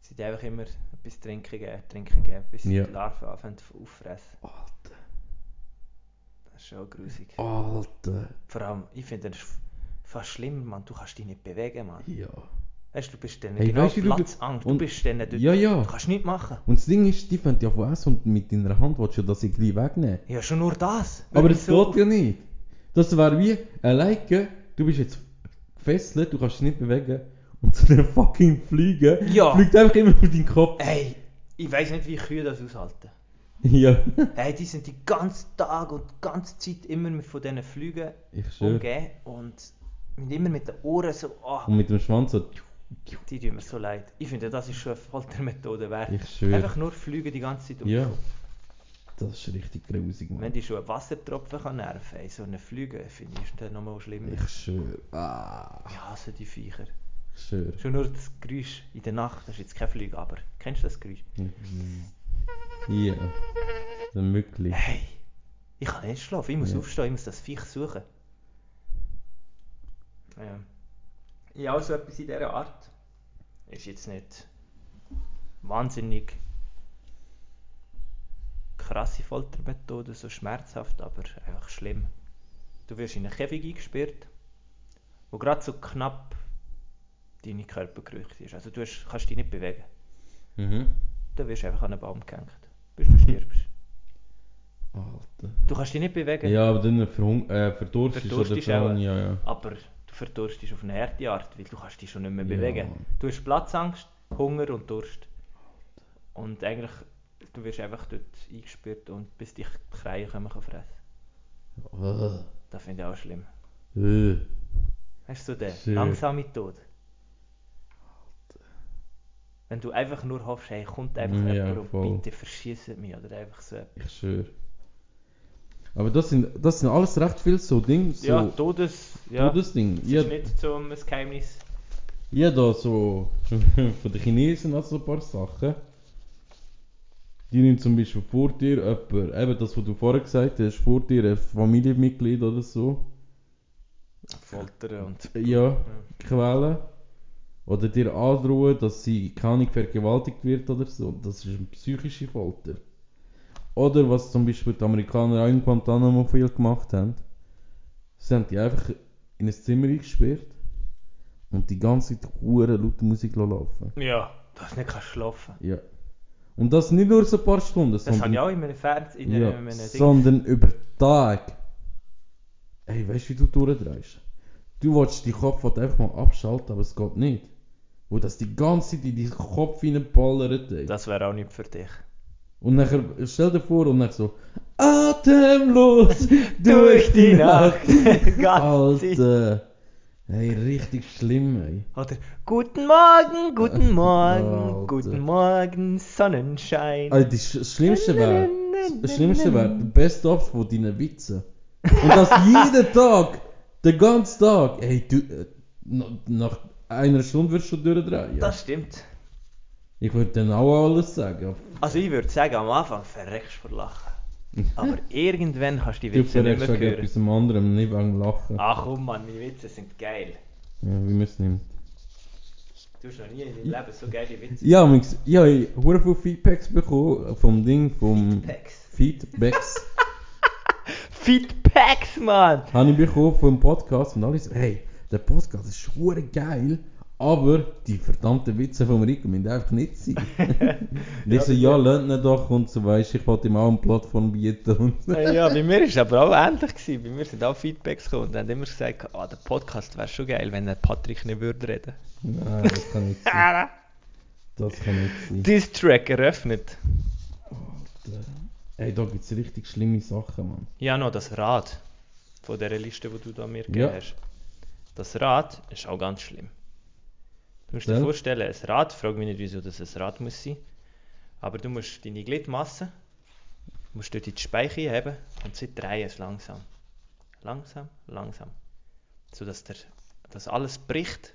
Sie dir einfach immer etwas trinken geben, trinken geben, bis Ja. die Larven anfangen zu auffressen. Alter. Das ist schon grusig. Oh. Alter. Vor allem, ich finde das f- fast schlimmer, Mann. Du kannst dich nicht bewegen, Mann. Ja. Weißt du, du bist dann Hey, genau weißt du, wie du- Platzangst. Du und- bist dann dort. Ja, ja. Du kannst nichts machen. Und das Ding ist, die fangen ja von essen und mit deiner Hand willst du ja, dass sie gleich wegnehmen. Ja, schon nur das. Aber Weil das so- geht ja nicht. Das wäre wie ein Like, du bist jetzt gefesselt, du kannst dich nicht bewegen. Und zu den fucking Fliegen Ja. fliegt einfach immer auf deinen Kopf. Hey, ich weiß nicht, wie Kühe das <laughs> aushalten. Ja. Hey, die sind die ganzen Tag und die ganze Zeit immer mit von diesen Flügen Ich schwöre. umgeben und mit immer mit den Ohren so, ah, Und mit dem Schwanz so. die tun mir so leid. Ich finde, das ist schon eine Foltermethode wert. Ich schwöre. Einfach nur Flüge die ganze Zeit um Ja. den Kopf. Das ist richtig grusig, Mann. Wenn die schon einen Wassertropfen kann nerven kann, so eine Flüge, finde ich, ist das nochmal schlimmer. Ich schwöre. Ah. Ich hasse die Viecher. Ich schwöre. Schon nur das Geräusch in der Nacht, das ist jetzt kein Flug, aber kennst du das Geräusch? Ja. Dann wirklich. Hey, ich kann nicht schlafen, ich muss Ja. aufstehen, ich muss das Viech suchen. Ja. Ja, also etwas in dieser Art. Ist jetzt nicht wahnsinnig krasse Foltermethode, so schmerzhaft, aber einfach schlimm. Du wirst in einen Käfig eingesperrt, wo gerade so knapp deine Körpergerüchte ist. Also du hast, kannst dich nicht bewegen. Mhm. Dann wirst du einfach an einen Baum gehängt, bis du stirbst. Alter. Du kannst dich nicht bewegen. Ja, aber dann verhung äh, verdurstest du oder Verdurstest verhung auch. ja, ja. aber du verdurstest auf eine harte Art, weil du kannst dich schon nicht mehr Ja. bewegen. Du hast Platzangst, Hunger und Durst. Und eigentlich, du wirst einfach dort eingesperrt und bis dich die Kreie kommen kann fressen. Das finde ich auch schlimm. Ah, Äh. Hast du den Schön. langsamen Tod? Wenn du einfach nur hoffst, hey, kommt einfach Ja, jemand voll. und bitte verschießt mich oder einfach so. Ich schwöre. Aber das sind, das sind alles recht viele so Dinge, so ja, Todes, ja. das Ding. Das Ja, ist nicht so ein Geheimnis. ja, da so <laughs> von den Chinesen hat so ein paar Sachen. Die nehmen zum Beispiel vor dir jemanden, eben das, was du vorher gesagt hast, vor dir ein Familienmitglied oder so. Foltern und... Ja, quälen. Oder dir androhen, dass sie keine Ahnung, vergewaltigt wird oder so. Das ist eine psychische Folter. Oder was zum Beispiel die Amerikaner auch in Guantanamo viel gemacht haben. Sie haben die einfach in ein Zimmer eingesperrt und die ganze Zeit hure laute Musik laufen. lassen. Ja, dass nicht kannst schlafen. Ja. Und das nicht nur so ein paar Stunden, Das habe ich sondern, auch in meinem Fernsehen, in ja, einem Ding. sondern über Tag. Ey, weißt du, wie du durchdrehst? Du willst deinen Kopf halt einfach mal abschalten, aber es geht nicht. Wo das die ganze Zeit in deinen Kopf reinballert. ey. Das wäre auch nicht für dich. Und nachher, stell dir vor, und nachher so, <laughs> atemlos durch die Nacht. <laughs> Ganze Zeit. Alter. Hey, richtig schlimm, ey. Oder Guten Morgen, guten Alter. Morgen, guten Morgen, Sonnenschein. Also, das Sch- Schlimmste wäre, das Schlimmste <laughs> wäre, die beste Ops von deinen Witzen. Und das jeden Tag, den ganzen Tag. Ey, du, äh, na- nach einer Stunde wirst du schon durchdrehen. Das stimmt. Ich würde dann auch alles sagen. Also ich würde sagen, am Anfang verreckst du vor Lachen. <laughs> Aber irgendwann kannst du die Du Witze verreckst nicht mehr wegen hören. Ah. etwas anderem, nicht wegen Lachen. Ach komm Mann, meine Witze sind geil. Ja, wie man es nimmt. Du hast noch nie in deinem Leben so geile Witze. Ja, man, s- ja, ich habe viele Feedbacks bekommen vom Ding, vom Feedbacks. <laughs> Feedbacks. Feedbacks, Mann! habe ich bekommen vom Podcast und alle so, hey, der Podcast ist schwer geil, aber die verdammten Witze vom Rico müssen einfach nicht <laughs> sein. und ich so, ja, lernt ihn doch und so weisst, ich wollte ihm auch eine Plattform bieten <laughs> und so. Äh, Ja, bei mir war es aber auch ähnlich. Gewesen. Bei mir sind auch Feedbacks gekommen und haben immer gesagt, ah, der Podcast wäre schon geil, wenn der Patrick nicht würde reden. Nein, das kann nicht sein. Das kann nicht sein. Diss Track eröffnet. Ey, da gibt es richtig schlimme Sachen, Mann. Ja, noch das Rad von dieser Liste, die du da mir gegeben Ja. hast. Das Rad ist auch ganz schlimm. Du musst dir Gell? vorstellen, ein Rad, frag mich nicht, wieso das ein Rad muss sein, aber du musst deine Gliedmasse musst dort in die Speiche haben und sie drehen es langsam. Langsam, langsam. Sodass der, dass alles bricht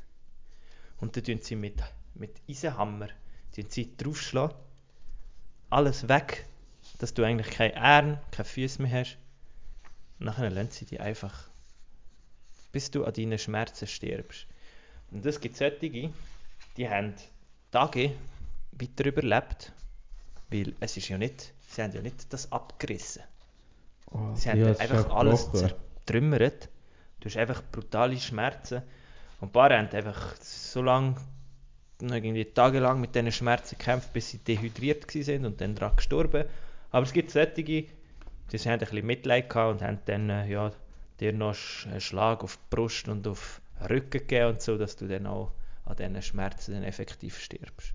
und dann tun sie mit, mit Eisenhammer tun sie draufschlagen, alles weg, dass du eigentlich keine Arme, keine Füße mehr hast. Und nachher lassen sie dich einfach, bis du an deinen Schmerzen stirbst. Und es gibt solche, die haben Tage weiter überlebt, weil es ist ja nicht, sie haben ja nicht das abgerissen. Oh, Sie haben ja, es ist einfach alles gebrochen. zertrümmert. Du hast einfach brutale Schmerzen. Und ein paar haben einfach so lange, noch irgendwie tagelang mit diesen Schmerzen gekämpft, bis sie dehydriert gewesen sind und dann daran gestorben. Aber es gibt solche, die haben ein bisschen Mitleid gehabt und haben dann äh, ja, dir noch sch- einen Schlag auf die Brust und auf den Rücken gegeben und so, dass du dann auch an diesen Schmerzen dann effektiv stirbst.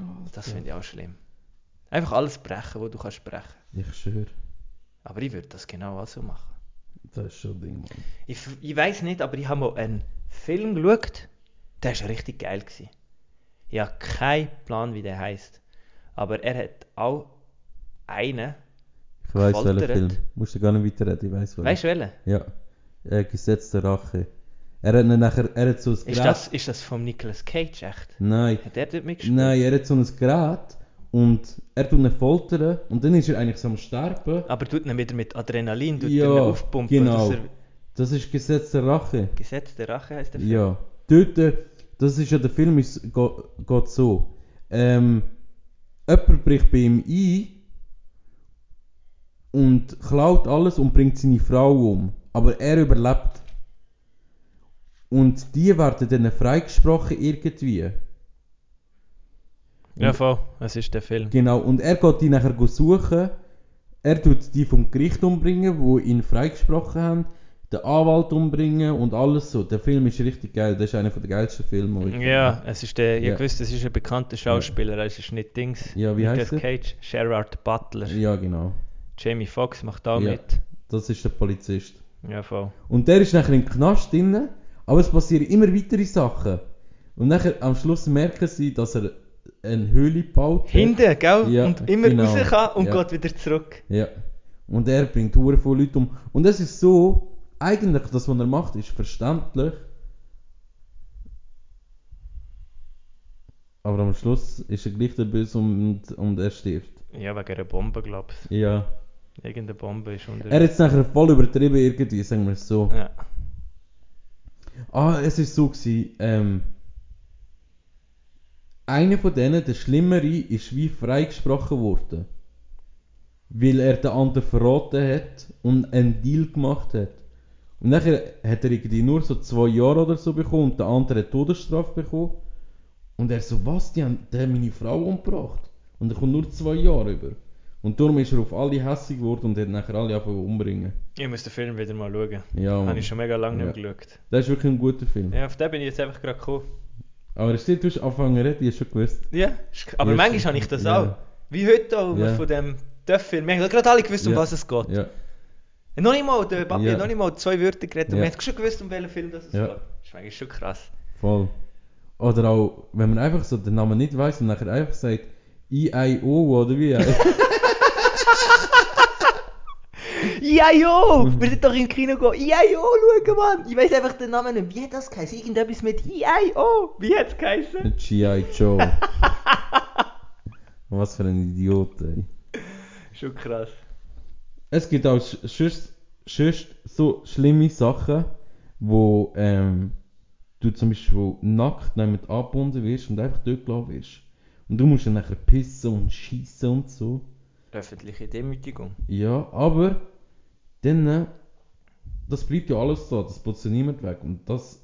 Oh, Das finde ich auch schlimm. Einfach alles brechen, wo du kannst brechen. Ich schwöre, Aber ich würde das genau auch so machen. das ist schon ein Ding, Mann. Ich, f- ich weiß nicht, aber ich habe mal einen Film geschaut, der war richtig geil. Gewesen. Ich habe keinen Plan, wie der heißt. Aber er hat auch einen. Ich weiss welchen Gefoltert. Film. Musst du gar nicht weiterreden, ich weiss welchen. Weißt du welchen? Ja. Äh, Gesetz der Rache. Er hat ihn nachher, er hat so ein Ist das, ist das vom Nicolas Cage echt? Nein. Hat er dort mitgespielt? Nein, er hat so ein Gerät und er tut ihn foltern und dann ist er eigentlich so am Sterben. Aber tut ihn wieder mit Adrenalin, tut Ja, ihn aufpumpen. genau. Dass er Das ist Gesetz der Rache. Gesetz der Rache heißt der Film. Ja. Dort, äh, das ist ja der Film, ist, geht, geht so. Ähm, jemand bricht bei ihm ein und klaut alles und bringt seine Frau um. Aber er überlebt. Und die werden dann freigesprochen irgendwie. Ja, voll. Es ist der Film. Genau, und er geht die nachher go suchen. Er tut die vom Gericht umbringen, wo ihn freigesprochen haben. Den Anwalt umbringen und alles so. Der Film ist richtig geil. Das ist einer der geilsten Filme. die ich Ja, es ist der, ich Genau. Ja. wusste, es ist ein bekannter Schauspieler, es ist nicht Dings. Ja, wie Nicolas heisst er? Cage, Gerard Butler. kenne. Ja, genau. Jamie Foxx macht auch Ja. mit. Das ist der Polizist. Ja, voll. Und der ist nachher im Knast drin, aber es passieren immer weitere Sachen. Und nachher am Schluss merken sie, dass er eine Höhle baut. Hinten, gell? Ja, und immer genau. raus kann und Ja. geht wieder zurück. Ja. Und er bringt Huren von Leuten um. Und es ist so, eigentlich das, was er macht, ist verständlich. Aber am Schluss ist er gleich der Böse und, und er stirbt. Ja, wegen einer Bombe, glaub ich. Ja. Irgendeine Bombe ist unter. Er hat es nachher voll übertrieben irgendwie, sagen wir es so. ja. Ah, es ist so gewesen, ähm... Einer von denen, der Schlimmere, ist wie freigesprochen worden. Weil er den anderen verraten hat und einen Deal gemacht hat. Und nachher hat er irgendwie nur so zwei Jahre oder so bekommen und der andere hat Todesstrafe bekommen. Und er so, was, die haben, der hat meine Frau umgebracht. Und er kommt nur zwei Jahre über. Und darum ist er auf alle hässig geworden und hat nachher alle einfach umbringen. Ich muss den Film wieder mal schauen. Ja, Mann. Habe ich schon mega lange nicht mehr geschaut. Das ist wirklich ein guter Film. Ja, auf den bin ich jetzt einfach gerade gekommen. Aber es Oh, steht, du hast angefangen zu reden, ich habe schon gewusst. Ja, ist k- aber Ja, manchmal stimmt. habe ich das Ja. auch. Wie heute auch, Ja. von dem Töffelfilm. Wir haben gerade alle gewusst, um Ja. was es geht. Ja. Noch nicht mal, der Papi Ja. hat noch nicht mal zwei Wörter geredet und Ja. wir haben schon gewusst, um welchen Film das es Ja. geht. Das ist eigentlich schon krass. Voll. Oder auch, wenn man einfach so den Namen nicht weiß und nachher einfach sagt, EIO oder <laughs> wie heißt. Ja, jo! Mhm. Wir sind doch im Kino gegangen. Ja, jo, schau, Mann! Ich weiß einfach den Namen nicht. Wie hat das geheißen? Irgendetwas mit I-I-O. Wie hat es geheißen? G.I. Joe. <laughs> Was für ein Idiot, ey. Schon krass. Es gibt auch sch- sonst, sonst so schlimme Sachen, wo ähm, du zum Beispiel nackt damit angebunden wirst und einfach dort gelassen wirst. Und du musst dann nachher pissen und schießen und so. Öffentliche Demütigung. Ja, aber dann, äh, das bleibt ja alles da, das putzt ja niemand weg und das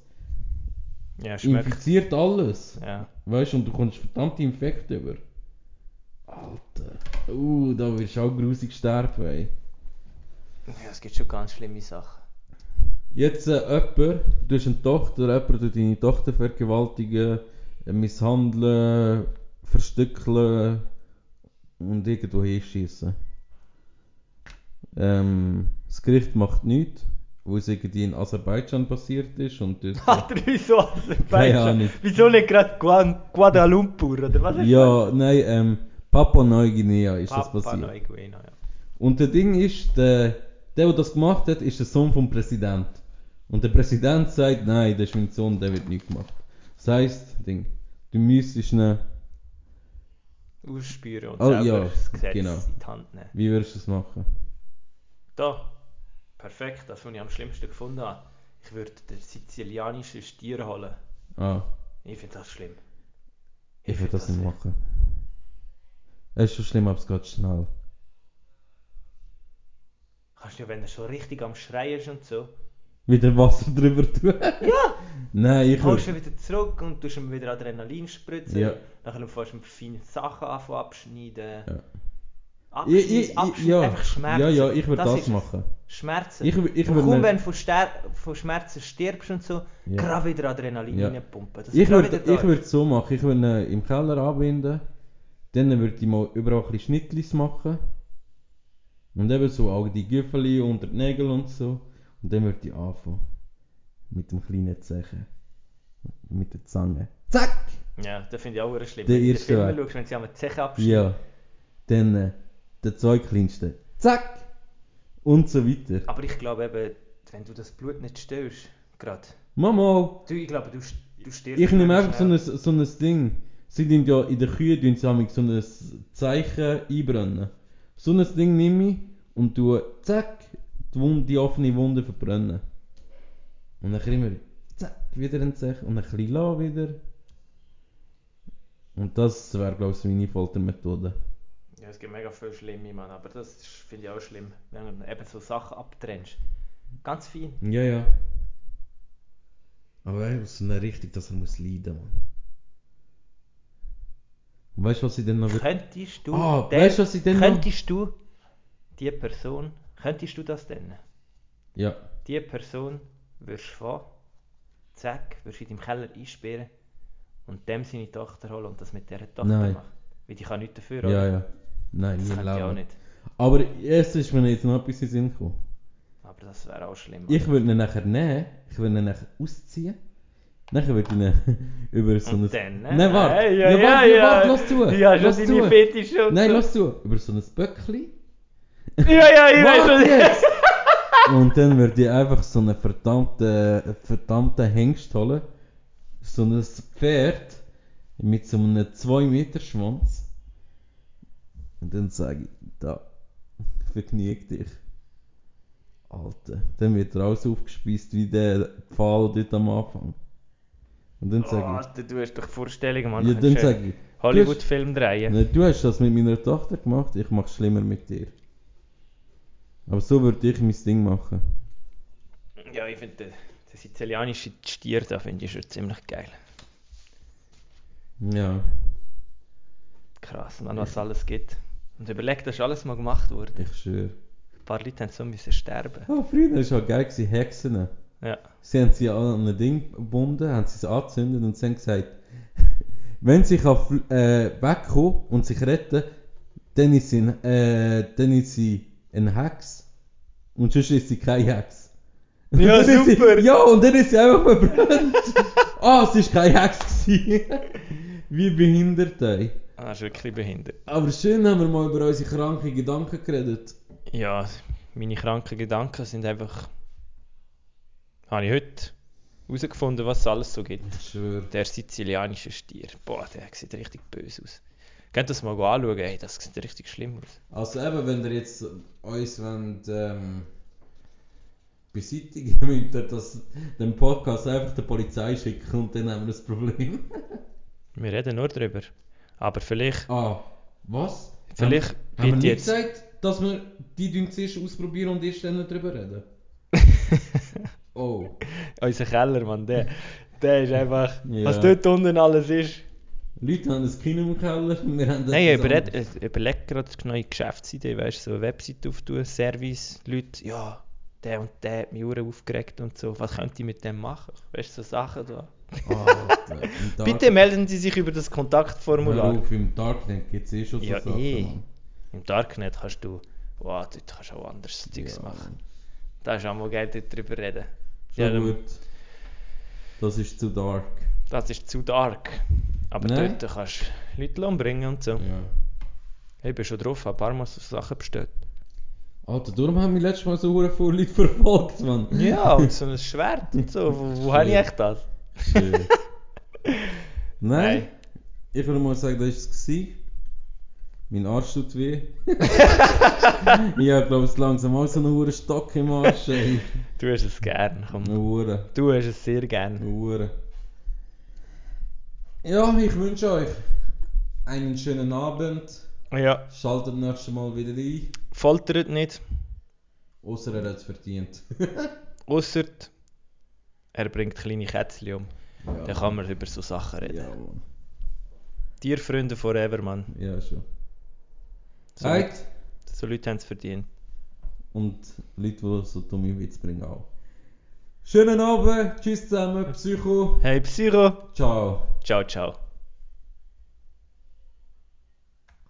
Ja, schmeckt. infiziert alles. Ja. Weißt du, und du kommst verdammte Infekte über. Alter, uh, da wirst du auch grusig sterben, ey. ja, es gibt schon ganz schlimme <laughs> Sachen. Jetzt äh, jemand, du hast eine Tochter, jemand tut deine Tochter vergewaltigen, äh, misshandeln, verstückeln und irgendwo hinschießen. Ähm, das Gericht macht nichts, weil es irgendwie in Aserbaidschan passiert ist und dort... Alter, wieso Keine Ahnung. Aserbaidschan? Wieso nicht gerade Guan Guadalumpur oder was ist ja, nein, ähm, Papua Neuguinea ist das? Papua das passiert. Neuguinea, ja. Und der Ding ist, der, der, der das gemacht hat, ist der Sohn vom Präsident. Und der Präsident sagt, nein, das ist mein Sohn, der wird nicht gemacht. Das heisst, Ding, du müsstest ihn, Ausspüren und Oh, selber ja, das Gesetz genau. in die Hand nehmen. wie würdest du das machen? Da, perfekt, das, was ich am schlimmsten gefunden habe. Ich würde den sizilianischen Stier holen. Ah, Ich finde das schlimm. ich find würde das nicht schlimm. machen. Es ist schon schlimm, aber es geht schnell. Kannst du ja, wenn er schon richtig am Schreien ist und so, Wieder Wasser <laughs> drüber tun. Ja. Nein, ich holst würde... du ihn wieder zurück und tust ihm wieder Adrenalin spritzen. Ja. Nachher fährst du ihm feine Sachen an, von abschneiden. Ja. Abschneiden, Ich, ich, ich, abschneiden, ja. einfach Schmerzen. ja, ja, ich würde das, ist es. machen. Schmerzen. Ich, wür- ich und würde kaum, nicht... wenn du von, Ster von Schmerzen stirbst und so, Ja. gerade wieder Adrenalin Ja. reinpumpen. dass Ich er gerade würde wieder da ich würd so machen, ich würde ihn im Keller anbinden, dann würde ich mal überall ein bisschen Schnittlis machen und eben so all die Güffeli unter die Nägel und so und dann würde ich anfangen mit dem kleinen Zechen, mit der Zange. Zack! ist. Ja, das finde ich auch sehr schlimm. Der wenn du den erste Film Weg. schaust, wenn sie einmal die Zeche abschneiden. Ja, dann äh, der zweitkleinste. Zack! Und so weiter. Aber ich glaube eben, wenn du das Blut nicht stillst, gerade. Mama! Du, ich glaube, du, st- du stirbst. Ich nehme einfach so schnell. ein, so ein Ding. Sie tun ja in der Kühe tun sie manchmal so ein Zeichen einbrennen. So ein Ding nehme ich und tue zack die, Wunde, die offene Wunde verbrennen. Und dann immer zack wieder ein Zeichen und ein bisschen la wieder. Und das wäre glaube ich meine Foltermethode. Ja, es gibt mega viele schlimme, Mann, aber das ist- finde ich auch schlimm, wenn du eben so Sachen abtrennst. Ganz fein. Ja, ja. Aber er muss nicht richtig, dass er muss leiden muss. Und weißt du, was ich dann noch... Könntest du, Ah, den- weißt du, was ich dann noch... könntest du die Person, könntest du das denn? Ja. Die Person würdest du fahren, zack, würdest du in deinem Keller einsperren und dem seine Tochter holen und das mit dieser Tochter Nein. machen. Weil die kann nichts dafür, Ja, ja. Nein, Das nie könnte ich auch Leben. nicht. Aber es ist mir jetzt noch etwas in den Sinn gekommen. Aber das wäre auch schlimm. Ich würde ihn nachher nehmen, ich würde ihn nachher ausziehen. Nachher würde ich ihn <laughs> über so ein... und dann, ne? Nein, warte! Hey, ja, Ne, ja, ja, warte, ja. warte, lass zu! Ja, schon lass seine zu. Fetische und Nein, so. lass zu! Über so ein Böckli. Ja, ja, ich weiß Warte schon. <laughs> jetzt! Und dann würde ich einfach so einen verdammten, einen verdammten Hengst holen. So ein Pferd mit so einem 2-Meter-Schwanz. Und dann sage ich, da, vergnüg dich. Alter, dann wird er alles aufgespießt wie der Pfahl dort am Anfang. Und dann Oh, sage Alter, du hast doch Vorstellungen, ich, Mann. ja, Kannst dann schön sage ich, Ne. Hollywood-Film drehen. Nein, du hast das mit meiner Tochter gemacht, ich mach's schlimmer mit dir. Aber so würde ich mein Ding machen. Ja, ich finde den, den sizilianischen Stier da finde ich schon ziemlich geil. Ja, Krass, Mann, was alles gibt. Und überleg, das ist alles mal gemacht worden. ich schwöre. Ein paar Leute haben so müssen sterben. Ah, früher war schon geil, gewesen, Hexen. Ja. Sie haben sie an ein Ding gebunden, haben sie es angezündet und sie haben gesagt, <laughs> wenn sie kann, fl- äh, wegkommen und sich retten, dann ist sie, ein- äh, dann ist sie ein Hex. Und sonst ist sie kein Hex. <laughs> Und Ja, dann ist super. Sie, ja, und dann ist sie <laughs> einfach verbrannt. Ah, sie ist kein Hex gewesen. <laughs> Wie behindert, ey. Ah, das ist wirklich behindert. Aber schön haben wir mal über unsere kranken Gedanken geredet. Ja, meine kranken Gedanken sind einfach. Habe ich heute herausgefunden, was es alles so gibt. Ich schwöre. Der sizilianische Stier. Boah, der sieht richtig böse aus. Könnt ihr das mal anschauen? Ey, das sieht richtig schlimm aus. Also eben, wenn ihr jetzt uns wollt, ähm, beseitigen <laughs> müsst, ihr das, den Podcast einfach der Polizei schicken und dann haben wir das Problem. Wir reden nur darüber. Aber vielleicht. <laughs> Ah, was? Vielleicht haben, haben wir wird nicht jetzt- gesagt, dass wir die tun zuerst ausprobieren und erst dann <laughs> darüber reden? oh, Unser Keller, Mann, der, der ist einfach. Ja. Was dort unten alles ist. Leute haben ein Kino im Keller und wir haben das... Nein, jetzt überred, anders. äh, überleg gerade eine neue Geschäftsidee, weißt du, so eine Website auftun, Service, Leute, ja, der und der hat mich hure aufgeregt und so, was könnte ich mit dem machen? Weißt du, so Sachen da. Alter, Ah, im Dark- Ah, Bitte melden Sie sich über das Hör Kontaktformular. auf, im Darknet gibt es eh schon so Ja, Sachen, eh. Mann. Im Darknet kannst du wow, dort kannst du auch anderes Zeugs Ja. machen. Da ist auch mal geil, dort drüber reden. Schon Ja, dann- gut. Das ist zu dark. Das ist zu dark. Aber Nein. dort kannst du Leute umbringen und so. Ja. Ich bin schon drauf, ein paar Mal so Sachen bestellt. Alter, darum haben wir letztes Mal so hure viele Leute verfolgt, Mann. Ja, und so ein Schwert und so. Wo, wo habe ich Schön. echt das? Schön. <laughs> Nein. Nein. Ich würde mal sagen, das war es. gewesen. Mein Arsch tut weh. <laughs> ja, ich glaube, es langsam auch so eine hure Stock im Arsch. Ey. Du hast es gern, komm. Eine hure, Du hast es sehr gern. eine hure. Ja, ich wünsche euch einen schönen Abend. Ja, Schaltet nächstes Mal wieder ein. foltert nicht. Außer er hat es verdient. Ausser er bringt kleine Kätzchen um. Ja. Dann kann man über so Sachen reden. Ja, Mann. Tierfreunde forever, Mann. ja schon. So, Seid. so Leute haben es verdient. Und Leute, die so dumme Witze bringen auch. Schönen Abend, tschüss zusammen, Psycho, Hey Psycho. ciao. Ciao, ciao.